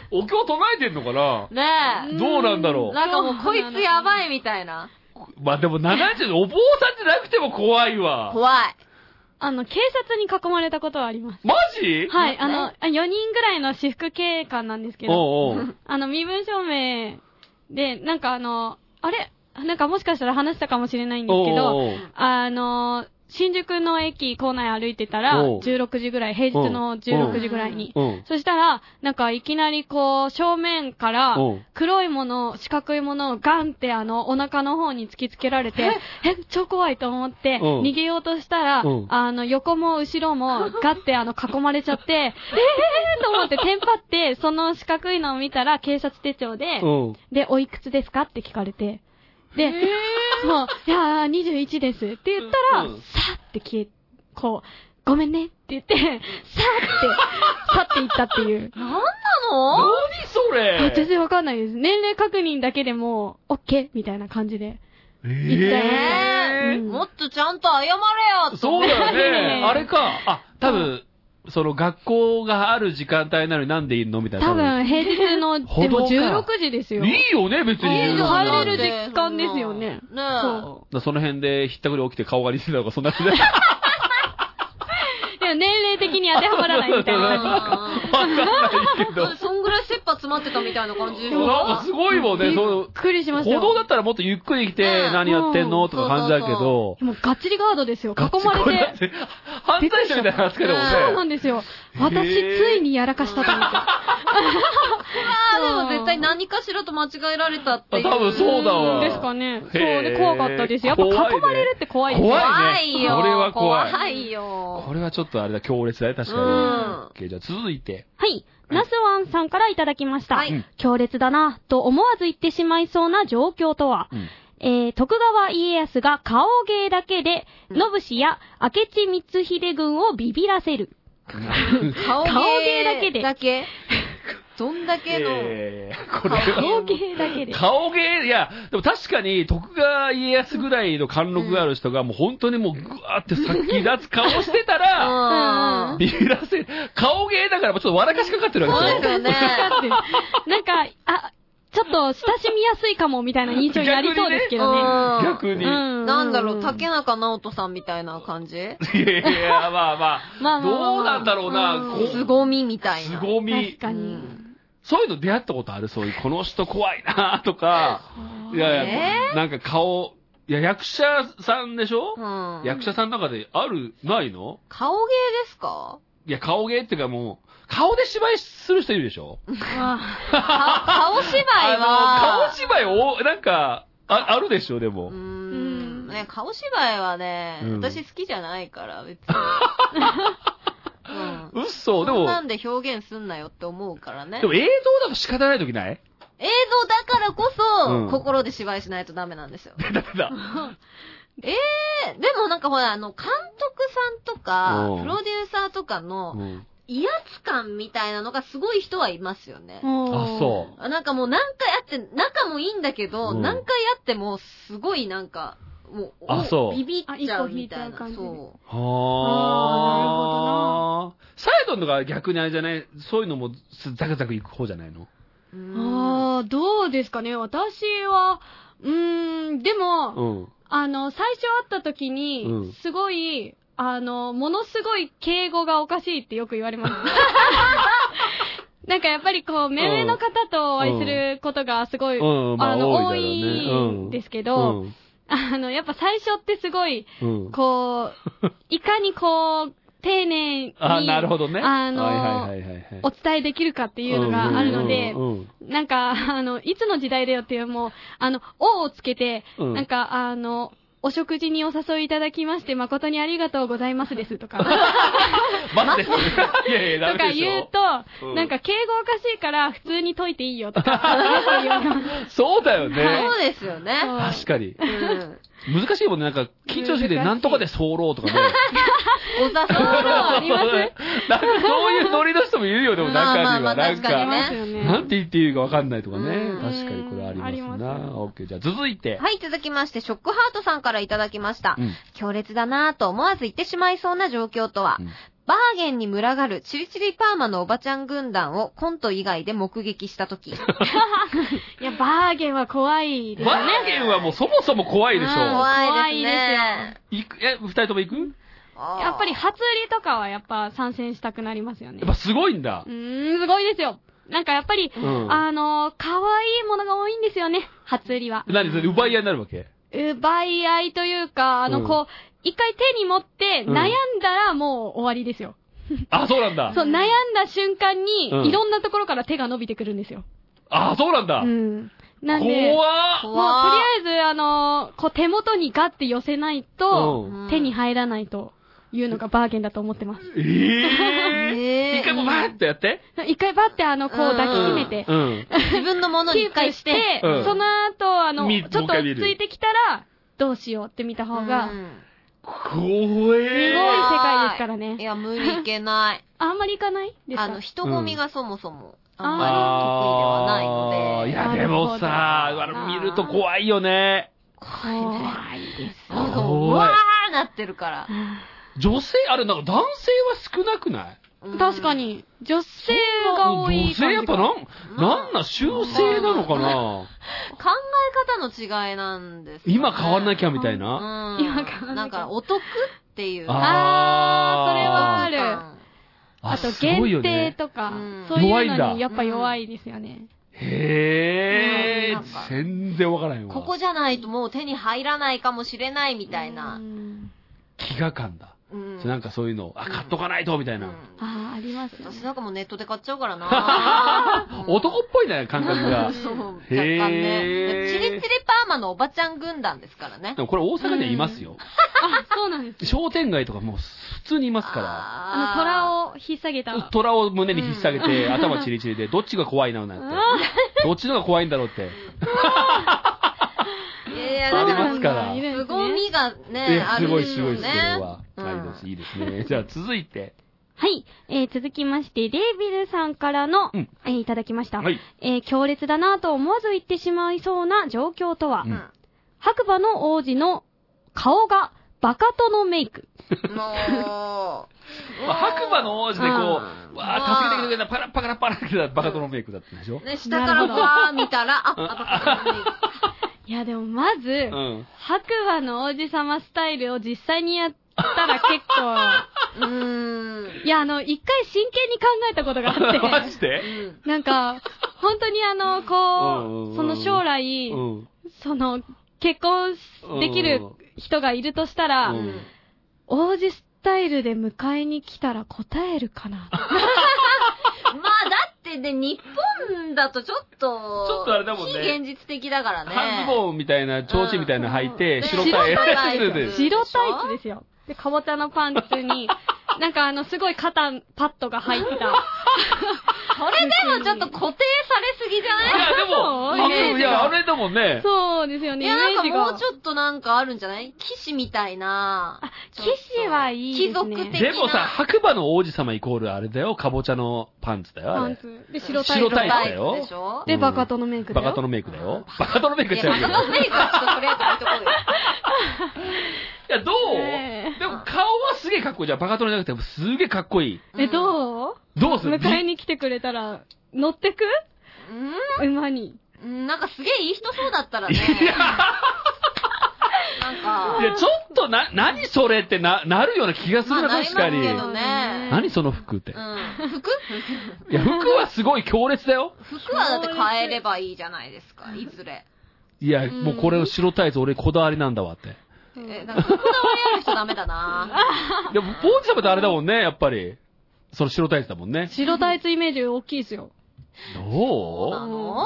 Speaker 3: お経唱えてんのかな
Speaker 4: え。
Speaker 3: どうなんだろ
Speaker 4: なんかもうこいつやばいみたいな。
Speaker 3: う。まあでも70、お坊さんじゃなくても怖いわ。
Speaker 4: 怖い。
Speaker 5: あの、警察に囲まれたことはあります。
Speaker 3: マジ
Speaker 5: はい、あの、4人ぐらいの私服警官なんですけど、
Speaker 3: おうおう。
Speaker 5: あの、身分証明で、なんかあの、あれなんかもしかしたら話したかもしれないんですけ
Speaker 3: おうお
Speaker 5: ど
Speaker 3: う、
Speaker 5: あの、新宿の駅構内歩いてたら、
Speaker 3: おう
Speaker 5: 16時ぐらい、平日の16時ぐらいに。
Speaker 3: うん。
Speaker 5: そしたら、なんかいきなりこう、正面から
Speaker 3: おう、
Speaker 5: 黒いもの、四角いものをガンってあの、お腹の方に突きつけられて、え、超怖いと思って、
Speaker 3: おう
Speaker 5: 逃げようとしたら
Speaker 3: おう、
Speaker 5: あの、横も後ろもガッてあの、囲まれちゃ って、えーと思ってテンパって、その四角いのを見たら警察手帳で、
Speaker 3: うん。
Speaker 5: で、おいくつですかって聞かれて。で、もう、いやー、21ですって言ったら、
Speaker 3: うん
Speaker 5: さーって消え、こう、ごめんねって言って、さーって、去っていったっていう。
Speaker 4: の
Speaker 3: 何そ
Speaker 5: あ全
Speaker 3: れ
Speaker 5: 然わかんないです。年齢確認だけでも、オッケーみたいな感じで。
Speaker 4: ねえ、
Speaker 5: うん
Speaker 4: もっとちゃんと謝れよと
Speaker 3: そうだよね。
Speaker 5: ね
Speaker 3: あれか。あ、多分、その学校がある時間帯なのになんでいるのみたいな。
Speaker 5: 多分、平日の、 で
Speaker 3: 歩道
Speaker 5: も
Speaker 3: か
Speaker 5: 16時ですよ。
Speaker 3: いいよね、別に。
Speaker 5: いい
Speaker 4: じ
Speaker 5: よ
Speaker 4: ゃん
Speaker 5: 入れる時間ですよね
Speaker 4: ねえ。
Speaker 5: そ
Speaker 3: その辺でひったくり起きて顔が似てたとか、そんな感じで。
Speaker 5: でも年齢的に当てはまらないみたいな感じですか。
Speaker 3: わかんないけ ど。
Speaker 4: そんぐらい切羽詰まってたみたいな感じよ
Speaker 3: なんかすごいもんね、そ
Speaker 5: び
Speaker 3: の
Speaker 5: っ、くりしました
Speaker 3: 歩道
Speaker 5: よ。
Speaker 3: だったらもっとゆっくり来て
Speaker 4: うん
Speaker 3: 何やってんのとか感じだけど、
Speaker 5: もうガッチリガードですよ。囲ま
Speaker 3: これだ
Speaker 5: れ。
Speaker 3: ってて犯罪者みたいな扱いだもんね。
Speaker 5: そうなんですよ。私、
Speaker 3: へー
Speaker 5: ついにやらかしたと思って。
Speaker 4: あーでも絶対何かしらと間違えられたっていう。
Speaker 3: あ多分そうだわ
Speaker 5: ですかね。そう
Speaker 3: へー
Speaker 5: で、怖かったです。やっぱ囲
Speaker 3: 怖いね
Speaker 5: まれるって怖いですよ。
Speaker 3: 怖
Speaker 4: 怖
Speaker 3: いね
Speaker 4: いよ。
Speaker 3: これは怖い
Speaker 4: 怖いよ。
Speaker 3: これはちょっとあれだ、強烈だね、確かに。
Speaker 4: うん
Speaker 3: OK じゃあ続いて。
Speaker 5: はい。ナスワンさんからいただきました。
Speaker 4: はい
Speaker 5: 強烈だな、と思わず言ってしまいそうな状況とは。
Speaker 3: うん
Speaker 5: えー、徳川家康が顔芸だけで、信氏や明智光秀軍をビビらせる。
Speaker 4: 顔芸
Speaker 5: 顔芸だけで
Speaker 4: だけどんだけの。
Speaker 3: えーこれは
Speaker 5: 顔芸だけ で。
Speaker 3: 顔芸、いや、でも確かに徳川家康ぐらいの貫禄がある人がもう本当にもうぐわーって先立つ顔してたら、
Speaker 4: うん。
Speaker 3: ビビらせる、顔芸だからもうちょっと笑かしかかってるわ
Speaker 4: そ
Speaker 3: け
Speaker 4: うですよね。
Speaker 5: なんか、あ、ちょっと親しみやすいかもみたいな印象になりそうですけどね。
Speaker 4: うん
Speaker 3: 逆に。
Speaker 5: うん
Speaker 4: なんだろう、竹中直人さんみたいな感じ
Speaker 3: いやいや、まあま
Speaker 5: ま
Speaker 3: あ。
Speaker 5: あまあまあ
Speaker 3: どうなんだろうな。こ
Speaker 4: 凄みみたいな。
Speaker 3: 凄み
Speaker 5: 確。かに。
Speaker 3: そういうの出会ったことあるそういう、この人怖いなとか。いやいや、なんか顔、いや、役者さんでしょ
Speaker 4: うん。
Speaker 3: 役者さんの中である、ないの
Speaker 4: 顔芸で すか
Speaker 3: いや、顔芸っていうかもう、顔で芝居する人いるでしょ
Speaker 5: あ
Speaker 4: か顔芝居
Speaker 3: あの
Speaker 4: は
Speaker 3: 顔、芝居を、なんか、ああるでしょでも
Speaker 4: うー。ん、ね、顔芝居はね、
Speaker 3: うん
Speaker 4: 私好きじゃないから、別に。 うん。
Speaker 3: 嘘で
Speaker 4: そん
Speaker 3: も
Speaker 4: な、んで表現すんなよって思うからね
Speaker 3: で。も映像だと仕方ないとき ない
Speaker 4: 映像だからこそ、
Speaker 3: うん
Speaker 4: 心で芝居しないとダメなんですよ。
Speaker 3: だめだ。
Speaker 4: ええでもなんかほら、あの、監督さんとか
Speaker 3: う、ん
Speaker 4: プロデューサーとか
Speaker 3: う
Speaker 4: の
Speaker 3: ん
Speaker 4: 威圧感みたいなのがすごい人はいますよね。
Speaker 3: あ、
Speaker 5: そ
Speaker 3: そう。
Speaker 4: あなんかもう何回会って、仲もいいんだけど、
Speaker 3: うん
Speaker 4: 何回会ってもすごいなんか、もう、
Speaker 3: あ
Speaker 4: お
Speaker 3: そう
Speaker 4: ビビっちゃうみたいな。
Speaker 5: あ一歩引いちゃう感じ
Speaker 4: そ
Speaker 3: ああサイドンのが逆にあれじゃないそういうのもザクザクいく方じゃないの
Speaker 4: う。
Speaker 5: う。
Speaker 4: うん
Speaker 5: ああ、どうですかね。私は、うーん、でも、
Speaker 3: うん。
Speaker 5: あの、最初会った時
Speaker 3: うん
Speaker 5: に、すごい、あの、ものすごい敬語がおかしいってよく言 われます。なんかやっぱりこう、目上の方とお会いすることがすごい、
Speaker 3: うん、まあ
Speaker 5: あの、
Speaker 3: 多
Speaker 5: 多
Speaker 3: いだろ
Speaker 5: い
Speaker 3: うんね。
Speaker 5: ですけ
Speaker 3: う
Speaker 5: ど、
Speaker 3: ん。
Speaker 5: あの、やっぱ最初ってすごい、
Speaker 3: うん。
Speaker 5: こ う、いかにこう、丁寧に、
Speaker 3: あ、なるほどね。
Speaker 5: あの
Speaker 3: はいはいはいはいはい。
Speaker 5: お伝えできるかっていうのがあるので
Speaker 3: うん、うん
Speaker 5: なんか、あの、いつの時代だよっていう、もう、あの、王をつけて、
Speaker 3: うん
Speaker 5: なんか、あの、お食事にお誘いいただきまして、誠にありがとうございますですとか、と
Speaker 3: 待って、 いやい や、ダメ
Speaker 5: か
Speaker 3: でし
Speaker 5: 言う
Speaker 3: ょ。
Speaker 5: と、
Speaker 3: うん
Speaker 5: なんか、敬語おかしいから、普通に解いていいよと か、そういうのが
Speaker 3: そうだよね。
Speaker 4: そうですよね。
Speaker 5: そう
Speaker 3: 確かに。
Speaker 4: うん。
Speaker 3: 難しいもんね。なんか、緊張してて、
Speaker 5: 難しい
Speaker 3: なんとかで候とかね。
Speaker 4: おさ
Speaker 5: あ
Speaker 4: そ
Speaker 5: ります
Speaker 3: なんか、そういうノリの人もいるよ、でも
Speaker 4: まあ
Speaker 3: 中に
Speaker 4: ま
Speaker 3: は。
Speaker 4: あまあ
Speaker 3: なん
Speaker 4: 確かに
Speaker 5: あり
Speaker 4: ね
Speaker 5: ますよね。
Speaker 3: なんて言っていいかわかんないとかね。
Speaker 4: うん
Speaker 3: 確かにこれあります
Speaker 5: うんあります
Speaker 3: な。オッケー。じゃあ続いて。
Speaker 4: う。はい、続きまして、ショックハートさんからいただきました。
Speaker 3: うん
Speaker 4: 強烈だなぁと思わず言ってしまいそうな状況とは、
Speaker 3: うん
Speaker 4: バーゲンに群がるチリチリパーマのおばちゃん軍団をコント以外で目撃したとき。
Speaker 5: いや、バーゲンは怖いです。
Speaker 3: バーゲンはもうそもそも怖いでしょ。
Speaker 5: うん怖い
Speaker 4: ね。
Speaker 3: 行く、え、二人とも行く
Speaker 5: や
Speaker 4: や
Speaker 5: っぱり、初売りとかはやっぱ参戦したくなりますよね
Speaker 3: やっ。ぱすごいんだ
Speaker 5: う。ーん、すごいですよ。なんかやっぱり、
Speaker 3: うん
Speaker 5: あの、可愛いものが多いんですよね、初売りは。
Speaker 3: 何それ奪い合いになるわけ
Speaker 5: う奪い合いというか、あ
Speaker 3: う
Speaker 5: の、
Speaker 3: ん
Speaker 5: こう、一回手に持って
Speaker 3: うん
Speaker 5: 悩んだらもう終わりですよ。
Speaker 3: あ、そうなんだ。
Speaker 5: そう、悩んだ瞬間に、
Speaker 3: うん
Speaker 5: いろんなところから手が伸びてくるんですよ。
Speaker 3: あ、そうなんだ。
Speaker 5: うん。なんで、もう
Speaker 3: 怖っ
Speaker 5: とりあえず、あの、こう手元にガッて寄せないと、
Speaker 3: うん
Speaker 5: 手に入らないというのがバーゲンだと思ってます。
Speaker 3: え
Speaker 4: え
Speaker 3: え
Speaker 4: え
Speaker 3: 一回もうバーッとやって。
Speaker 5: 一回バッてあの、こ
Speaker 4: う
Speaker 5: うん抱きしめて、
Speaker 3: うん。
Speaker 4: 自分のものに
Speaker 5: キ
Speaker 4: 一回
Speaker 5: ープ
Speaker 4: し
Speaker 5: して
Speaker 4: て、、
Speaker 3: うん
Speaker 5: その後、あの、
Speaker 3: 見
Speaker 5: ち
Speaker 3: も
Speaker 5: ょっ
Speaker 3: う一
Speaker 5: と
Speaker 3: 回見
Speaker 5: 落
Speaker 3: る
Speaker 5: ち着いてきたら、どうしようって見た方が、
Speaker 4: うん
Speaker 3: 怖
Speaker 5: すごい世
Speaker 3: え
Speaker 5: 界ですから
Speaker 4: い
Speaker 5: ね。
Speaker 4: や、無理いけない。
Speaker 5: あんまりいかないですか
Speaker 4: あの、人混みがそもそも、あんま
Speaker 3: あ
Speaker 4: り得意ではな
Speaker 3: ー
Speaker 4: いので。
Speaker 3: いや、でもさ、
Speaker 5: なるほど
Speaker 3: あれ見ると怖いよね。
Speaker 4: 怖いね。
Speaker 5: いです。
Speaker 4: そうそう、う
Speaker 3: 怖い
Speaker 4: わーなってるから。
Speaker 3: 女性、あれ、なんか男性は少なくない
Speaker 4: うん
Speaker 5: 確か。に、女性が多い感
Speaker 3: 女
Speaker 5: じが。
Speaker 3: 性やっぱなん、
Speaker 4: まあ
Speaker 3: なんな、修正なのかな
Speaker 4: 考え方の違いなんです、
Speaker 3: 今変わんなき
Speaker 4: ゃ。
Speaker 3: ゃみたいな。
Speaker 4: うん。
Speaker 5: 今変わんなきゃ
Speaker 4: なんか、お得っていう。
Speaker 5: あー、それは
Speaker 3: あ
Speaker 5: ある。
Speaker 3: あ
Speaker 5: あと、
Speaker 3: すごいよ
Speaker 5: 限定
Speaker 3: ね。
Speaker 5: とか
Speaker 4: うん、
Speaker 5: そうい
Speaker 3: 弱
Speaker 5: う
Speaker 3: い
Speaker 5: の
Speaker 3: んだ
Speaker 5: にやっぱ弱いですよね。
Speaker 3: へ
Speaker 4: うんなん
Speaker 3: ー
Speaker 4: か
Speaker 3: 全然わからへんわ。
Speaker 4: ここじゃないともう手に入らないかもしれないみたいな
Speaker 5: う。ん
Speaker 3: 飢餓感だ。
Speaker 4: うん。
Speaker 3: なんかそういうの、あ、買っとかないと、みたいな。。
Speaker 4: うん
Speaker 5: あー、ありますよ
Speaker 4: 私
Speaker 5: ね。
Speaker 4: なんかもうネットで買っちゃうからな
Speaker 3: 男っぽいね、感覚が。
Speaker 4: そう、若干
Speaker 3: へー
Speaker 4: ね。チリチリパーマのおばちゃん軍団ですからね
Speaker 3: で。もこれ大阪にはいますよ。
Speaker 5: あ、そうなんです。
Speaker 3: 商店街とかもう普通にいますか
Speaker 5: あの、
Speaker 4: を。
Speaker 5: 虎を引っ提げた。
Speaker 3: ら。虎を胸に引っ提げて、頭チリチリで、どっちが怖いな、なんて。どっちのが怖いんだろうって。
Speaker 4: いやいや、
Speaker 5: そ
Speaker 4: だ
Speaker 5: うな
Speaker 4: か
Speaker 5: ん
Speaker 3: いますから
Speaker 5: だいるんです
Speaker 4: ら、
Speaker 5: ね
Speaker 4: 凄みがね
Speaker 3: え、
Speaker 4: あ
Speaker 3: す
Speaker 4: るん
Speaker 3: ご
Speaker 4: で
Speaker 3: い
Speaker 4: す
Speaker 3: す
Speaker 4: よ
Speaker 3: ごい
Speaker 4: ね。
Speaker 3: それは。
Speaker 4: うん
Speaker 3: あります。いいです ね。じゃあ続いて。
Speaker 5: はい。えー続きまして、デイビルさんからの、
Speaker 3: うん
Speaker 5: えーいただきました。
Speaker 3: はい。
Speaker 5: えー強烈だなぁと思わず言ってしまいそうな状況とは、
Speaker 3: うん
Speaker 5: 白馬の王子の顔がバカ殿メイク。
Speaker 4: うんもう。
Speaker 3: まあ 白馬の王子でこ
Speaker 4: うん
Speaker 3: う、わあ、助けてくれた、パラッパカラッパラッてバカ殿メイクだったでしょ
Speaker 4: ね、下からバー見たら、あ、あ、 あ、
Speaker 5: いや、でもまず、
Speaker 3: うん。
Speaker 5: 白馬の王子様スタイルを実際にやったら結 構、
Speaker 4: うーん。
Speaker 5: いや、あの、一回真剣に考えたことがあ
Speaker 3: マ
Speaker 5: っ
Speaker 3: ジ
Speaker 5: て、
Speaker 3: で
Speaker 4: うん
Speaker 5: なんか、本当にあの、
Speaker 3: うんうんう
Speaker 5: こ
Speaker 3: ん
Speaker 5: う、その将来、
Speaker 3: うん。
Speaker 5: その、結婚できる人がいるとしたら、
Speaker 3: う
Speaker 4: うんん
Speaker 5: 王子スタイルで迎えに来たら答えるかな。
Speaker 4: まあ、だってね、日本だとちょっと、ちょ
Speaker 3: ょっとあれだもんね
Speaker 4: 非現実的だからね。
Speaker 3: 半ズボンみたいな、蝶子みたいなの履いて、
Speaker 4: うん
Speaker 3: 白 タイ
Speaker 4: 白タイ
Speaker 3: ツで。
Speaker 5: 白タイツですよ。で、かぼちゃのパンツ に、なんかあの、すごい肩、パッドが入った。
Speaker 4: これでもちょっと固定されすぎじゃ
Speaker 3: い
Speaker 4: ない
Speaker 3: や、でも、
Speaker 5: そうイメージ
Speaker 3: あい
Speaker 5: が
Speaker 3: や、あれだもんね。
Speaker 5: そうですよ
Speaker 4: い
Speaker 5: ね、イ
Speaker 4: や、
Speaker 5: メ
Speaker 4: なん
Speaker 5: ージ
Speaker 4: か
Speaker 5: が。
Speaker 4: もうちょっとなんかあるんじゃない騎士みたいな。
Speaker 5: あ、騎士はいいですね。
Speaker 4: 貴族的
Speaker 3: でもさ、白馬の王子様イコールあれだよ、かぼちゃのパンツだよ、
Speaker 5: パ
Speaker 3: あ
Speaker 5: ン
Speaker 3: れ。
Speaker 5: ツ。で、白タイ
Speaker 3: 白
Speaker 5: ツ。
Speaker 3: タイツ
Speaker 4: タ
Speaker 3: だ
Speaker 4: イ
Speaker 3: よ
Speaker 4: ツでしょ
Speaker 5: で、
Speaker 3: うん
Speaker 5: バカ殿メイクだ
Speaker 3: バ
Speaker 5: よ。
Speaker 3: カ殿メイクだよ。バカ殿メイク
Speaker 4: い
Speaker 3: ち
Speaker 4: や、
Speaker 3: ゃう
Speaker 4: バ
Speaker 3: けど。
Speaker 4: カのメイクはちょっとこれはやめとこうよ。
Speaker 3: いや、ど
Speaker 5: ね
Speaker 3: う
Speaker 5: え
Speaker 3: でも顔はすげえかっこいいじゃん。バカ殿じゃなくて、すげえかっこいい。
Speaker 5: え、どう
Speaker 3: どうする
Speaker 5: 迎えに来てくれたら、乗ってく馬に。
Speaker 4: うんなんかすげえいい人そうだったらね。なんか
Speaker 3: い、や、ちょっとな、何それってな、なるような気がするな、
Speaker 4: まあ
Speaker 3: 確かに
Speaker 4: な。りますけどね
Speaker 3: 何その服って。
Speaker 4: うん。服
Speaker 3: いや、服はすごい強烈だよ。
Speaker 4: 服はだって変えればいいじゃないですか、いずれ。
Speaker 3: いや、もうこれを白タイツ、俺こだわりなんだわって。
Speaker 4: え、なんかこだわりある人ダメだな。
Speaker 3: でも、王子様ってあれだもんね、やっぱり。その白タイツだもんね。
Speaker 5: 白タイツイメージ大きいですよ。
Speaker 3: どう
Speaker 4: あの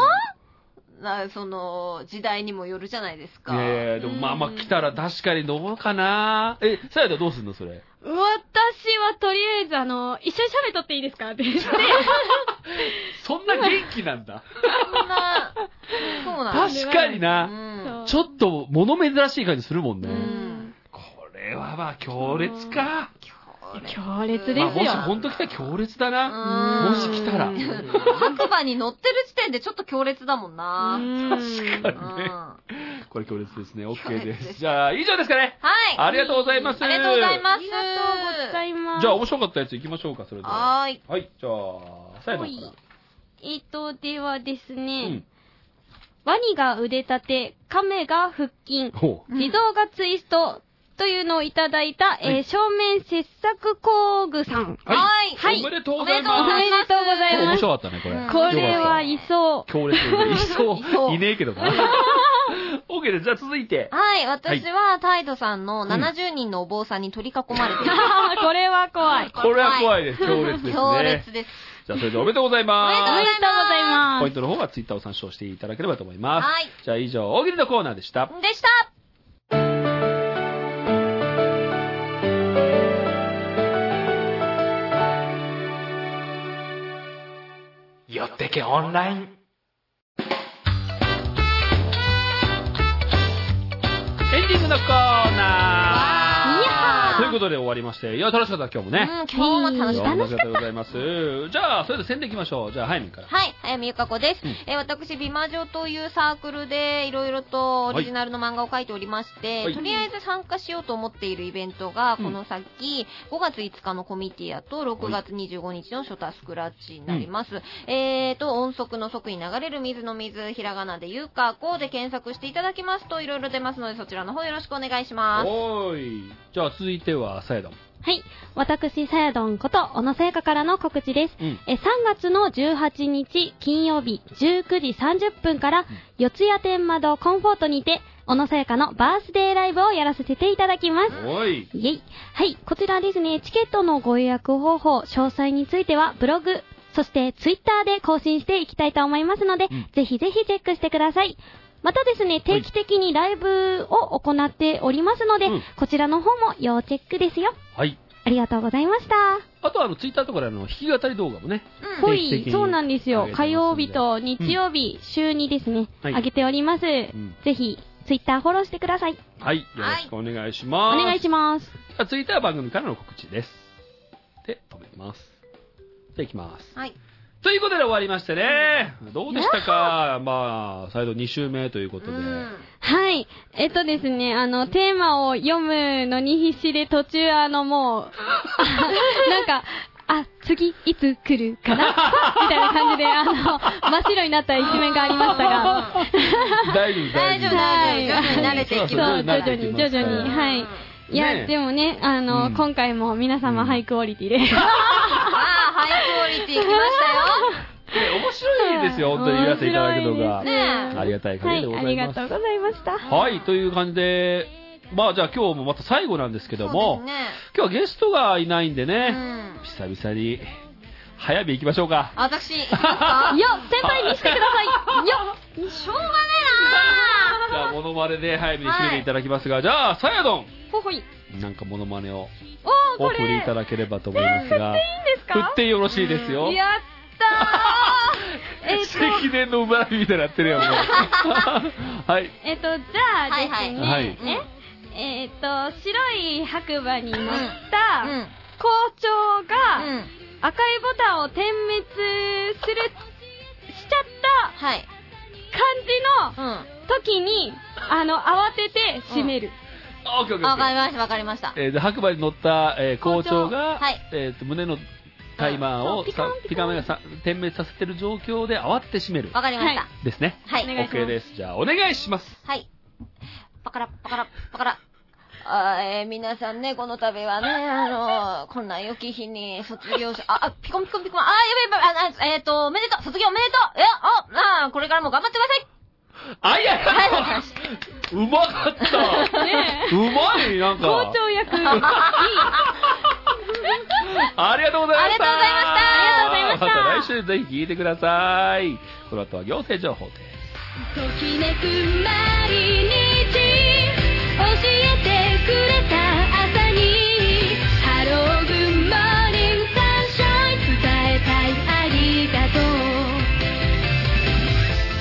Speaker 4: なその、時代にもよるじゃないですか。
Speaker 3: いやいや、でもまあまあ
Speaker 5: うん
Speaker 3: 来たら確かにどうかなえ、さやとどうすんのそれ。
Speaker 5: 私はとりあえず、あの、一緒に喋っとっていいですかって言って。
Speaker 3: そんな元気なんだ。
Speaker 4: そんな、そうなんです
Speaker 3: 確かに
Speaker 4: う
Speaker 3: な。
Speaker 4: ん。
Speaker 3: ちょっと物珍しい感じするもんね。
Speaker 4: ん
Speaker 3: これはまあ強烈か。
Speaker 5: 強烈です
Speaker 3: ま
Speaker 5: よ
Speaker 3: あもし本当来たら強烈だな。
Speaker 4: うん
Speaker 3: もし来たら。
Speaker 4: 白馬に乗ってる時点でちょっと強烈だもんな。うん
Speaker 5: 確
Speaker 3: かに
Speaker 4: は
Speaker 3: これ強烈ですね。
Speaker 4: 強
Speaker 3: OK で。
Speaker 4: 烈ですす
Speaker 3: じゃあ、以上ですかね。
Speaker 4: い。
Speaker 3: ありがとうございます
Speaker 4: ありがとうございます。
Speaker 5: ありがとうございます。
Speaker 3: じゃあ、面白かったやつ行きましょうか、それでは。
Speaker 4: はーい。
Speaker 3: はい、じゃあ、さやとから。
Speaker 5: えっ、と、ではです
Speaker 3: う
Speaker 5: ね、
Speaker 3: ん。
Speaker 5: ワニが腕立て、亀が腹筋、
Speaker 3: ほう。
Speaker 5: 地蔵がツイスト、というのをいただいた、えー
Speaker 3: はい
Speaker 5: 正面切削工具さん。
Speaker 4: はい
Speaker 5: はい
Speaker 3: おめでとうござい
Speaker 5: お
Speaker 3: ま
Speaker 5: めでとうござ
Speaker 3: す。
Speaker 5: いま
Speaker 3: 面
Speaker 5: す。
Speaker 3: 白かったね、これ。
Speaker 4: うん
Speaker 5: これはいそう。
Speaker 3: 強烈で。いそう、
Speaker 4: う
Speaker 3: いねえけどな。OK です。じゃあ続いて。
Speaker 4: はい、私は、タイドさんの70人のお坊さんに取り囲まれてる。
Speaker 5: あーこれは怖い。
Speaker 3: これは怖いです。強烈ですね。
Speaker 4: 強烈です。
Speaker 3: じゃあそれではおめでとうござい
Speaker 5: おめ
Speaker 3: ま
Speaker 5: でとうございます。
Speaker 3: す。ポイントの方はツイッターを参照していただければと思います。
Speaker 4: はい
Speaker 3: じゃあ以上、大喜利のコーナーでした。
Speaker 4: でした
Speaker 1: よってけオンライン
Speaker 3: エンディングのコーナー
Speaker 4: いやー
Speaker 3: ということで終わりまして、いや、楽しかった、今日も
Speaker 4: うん
Speaker 3: ね。、
Speaker 4: 今日も楽
Speaker 3: い
Speaker 4: し
Speaker 3: や
Speaker 4: かっ
Speaker 3: 楽しかったでございます。じゃあ、それでは宣伝いきましょう。じゃあ、ハイミンから
Speaker 4: た。。はい、早見ゆか子です。
Speaker 3: うん
Speaker 4: えー私、美魔女というサークルで、いろいろとオリジナルの漫画を描いておりまして、
Speaker 3: はい
Speaker 4: とりあえず参加しようと思っているイベントが、
Speaker 3: うん
Speaker 4: この先、5月5日のコミティアと、6月25日のショタスクラッチになります。えーと、音速の速に流れる水の水、ひらがなでゆうかこうで検索していただきますと、いろいろ出ますので、そちらの方よろしくお願いします。
Speaker 3: おーい。じゃあ、続いては、サヤドン。
Speaker 5: はい。私、さやどんこと、小野聖華からの告知です。
Speaker 3: うん。
Speaker 5: え3月の18日金曜日19時30分から、四谷天窓コンフォートにて、小野聖華のバースデーライブをやらせていただきます。
Speaker 3: おい。
Speaker 5: イェイ。はい、こちらですね、チケットのご予約方法、詳細についてはブログ、そしてツイッターで更新していきたいと思いますので、
Speaker 3: うん
Speaker 5: ぜひぜひチェックしてください。またですね、定期的にライブを行っておりますので、
Speaker 3: うん
Speaker 5: こちらの方も要チェックですよ。
Speaker 3: はい。
Speaker 5: ありがとうございました。
Speaker 3: あとは、あの、ツイッターとかで、あの、弾き語り動画もね。
Speaker 4: うん
Speaker 5: ほ
Speaker 3: 定期的
Speaker 5: い、
Speaker 3: に
Speaker 5: そうなんですよ
Speaker 3: 上。げてますん
Speaker 5: 火
Speaker 3: で
Speaker 5: 曜日と日曜日、週にですね、
Speaker 3: はい
Speaker 5: 上げております。
Speaker 3: ん
Speaker 5: ぜひ、ツイッターフォローしてください。
Speaker 3: はい。よろしくお願いし
Speaker 5: お
Speaker 3: ます。
Speaker 5: 願いします。
Speaker 3: じゃあ、続いては番組からの告知です。で、止めます。じゃあ、いきます。
Speaker 4: はい。
Speaker 3: ということで終わりましてね。どうでしたかまあ、再度2週目ということ
Speaker 4: う
Speaker 3: で。
Speaker 4: ん。
Speaker 5: はい。えっとですね、あの、テーマを読むのに必死で途中、あ の、もう、なんか、あ、次、いつ来る かなみたいな感じで、あの、真っ白になった一面がありました が、
Speaker 3: 大丈夫、
Speaker 4: 大丈夫、
Speaker 5: は
Speaker 4: 大
Speaker 5: い
Speaker 4: 丈夫。徐々に慣れていき
Speaker 5: そう、徐
Speaker 4: ま
Speaker 3: は
Speaker 4: す
Speaker 3: い
Speaker 4: から。
Speaker 5: 々に、徐々に、はい。いや、
Speaker 3: ね
Speaker 5: でもね、あの、
Speaker 3: うん
Speaker 5: 今回も皆様ハイクオリティで。
Speaker 4: ああ、ハイクオリティ来ました
Speaker 3: で面白いですよ、本当に言わせていただくのが。
Speaker 5: 面白い
Speaker 4: ね
Speaker 5: です
Speaker 3: ありがたい
Speaker 5: は
Speaker 3: 限りで
Speaker 5: い、
Speaker 3: ござ
Speaker 5: あ
Speaker 3: い
Speaker 5: り
Speaker 3: ま
Speaker 5: が
Speaker 3: す。
Speaker 5: と
Speaker 3: は
Speaker 5: うございました。
Speaker 3: い、という感じで、まあじゃあ今日もまた最後なんですけど
Speaker 4: よ。
Speaker 3: も、
Speaker 4: そうですね。
Speaker 3: 今日はゲストがいないんで
Speaker 4: う
Speaker 3: ね、
Speaker 4: ん。
Speaker 3: 久々に、早火行きましょうか。
Speaker 4: あ私、いいですか
Speaker 5: よ先輩にしてくださいよ
Speaker 4: しょうがねえ
Speaker 3: じゃあモノマネで早火に締めていただきますが、じゃあ、さやどん
Speaker 5: ほほい。
Speaker 3: なんかモノマネを
Speaker 5: おー、
Speaker 3: お
Speaker 5: こ
Speaker 3: 振り
Speaker 5: れ
Speaker 3: いただければと思いますが、
Speaker 5: ですか
Speaker 3: 振ってよろしいですよ。
Speaker 5: や ったーえっと、
Speaker 3: 積年の馬みたいになってるよ、もうはい。
Speaker 5: えっと、じゃあですね、
Speaker 4: はい
Speaker 3: はいはい
Speaker 5: えっと、白い白馬に乗っ
Speaker 4: な
Speaker 5: た校長
Speaker 4: うん。う
Speaker 5: が
Speaker 4: ん。
Speaker 5: 赤いボタンを点滅する、しちゃった
Speaker 4: はい。う
Speaker 5: 感じの
Speaker 4: ん。
Speaker 5: 時に、あの、慌てて閉める。
Speaker 3: オッケーオッケーオッケー
Speaker 4: わかりました、わかりました。
Speaker 3: えーで白馬に乗った、えー校長が、
Speaker 4: 校長はい
Speaker 3: えーと胸のタイマー
Speaker 5: う
Speaker 3: を
Speaker 5: んそう
Speaker 3: さ
Speaker 5: ピ
Speaker 3: ピ
Speaker 5: カ
Speaker 3: カメ
Speaker 5: ンピ
Speaker 3: がさ点滅させてる状況で慌てて閉める
Speaker 4: わかりました。
Speaker 3: ですね。
Speaker 4: は
Speaker 5: お
Speaker 4: い。
Speaker 5: 願いします
Speaker 3: OK です。じゃあお願いします。
Speaker 4: はい。パカラ、パカラ、パカラ。あーえー皆さんね、この度はね、あのーこんな良き日に卒業し、あ、あ、ピコンピコンピコン、あー、やべえやべえ、ああえっ、と、おめでとう、卒業おめでとう、え、あ、あー、これからも頑張ってください
Speaker 3: あいやいや
Speaker 4: はいわかりまし
Speaker 3: うまか った。
Speaker 5: ねえ
Speaker 3: うまいなん
Speaker 5: 校
Speaker 3: か。
Speaker 5: 長役。
Speaker 3: ありがとうございました。
Speaker 4: あ
Speaker 5: りがとうございましたありがとうございました
Speaker 3: また来週ぜひ聞いてください。この後は行政情報です。
Speaker 2: ときめく毎日教えてくれた朝にハローグッモーニングサンシャイン伝えたいありがとう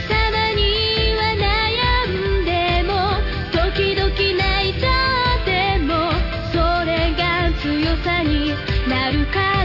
Speaker 2: たまには悩んでも時々泣いたでもそれが強さになるから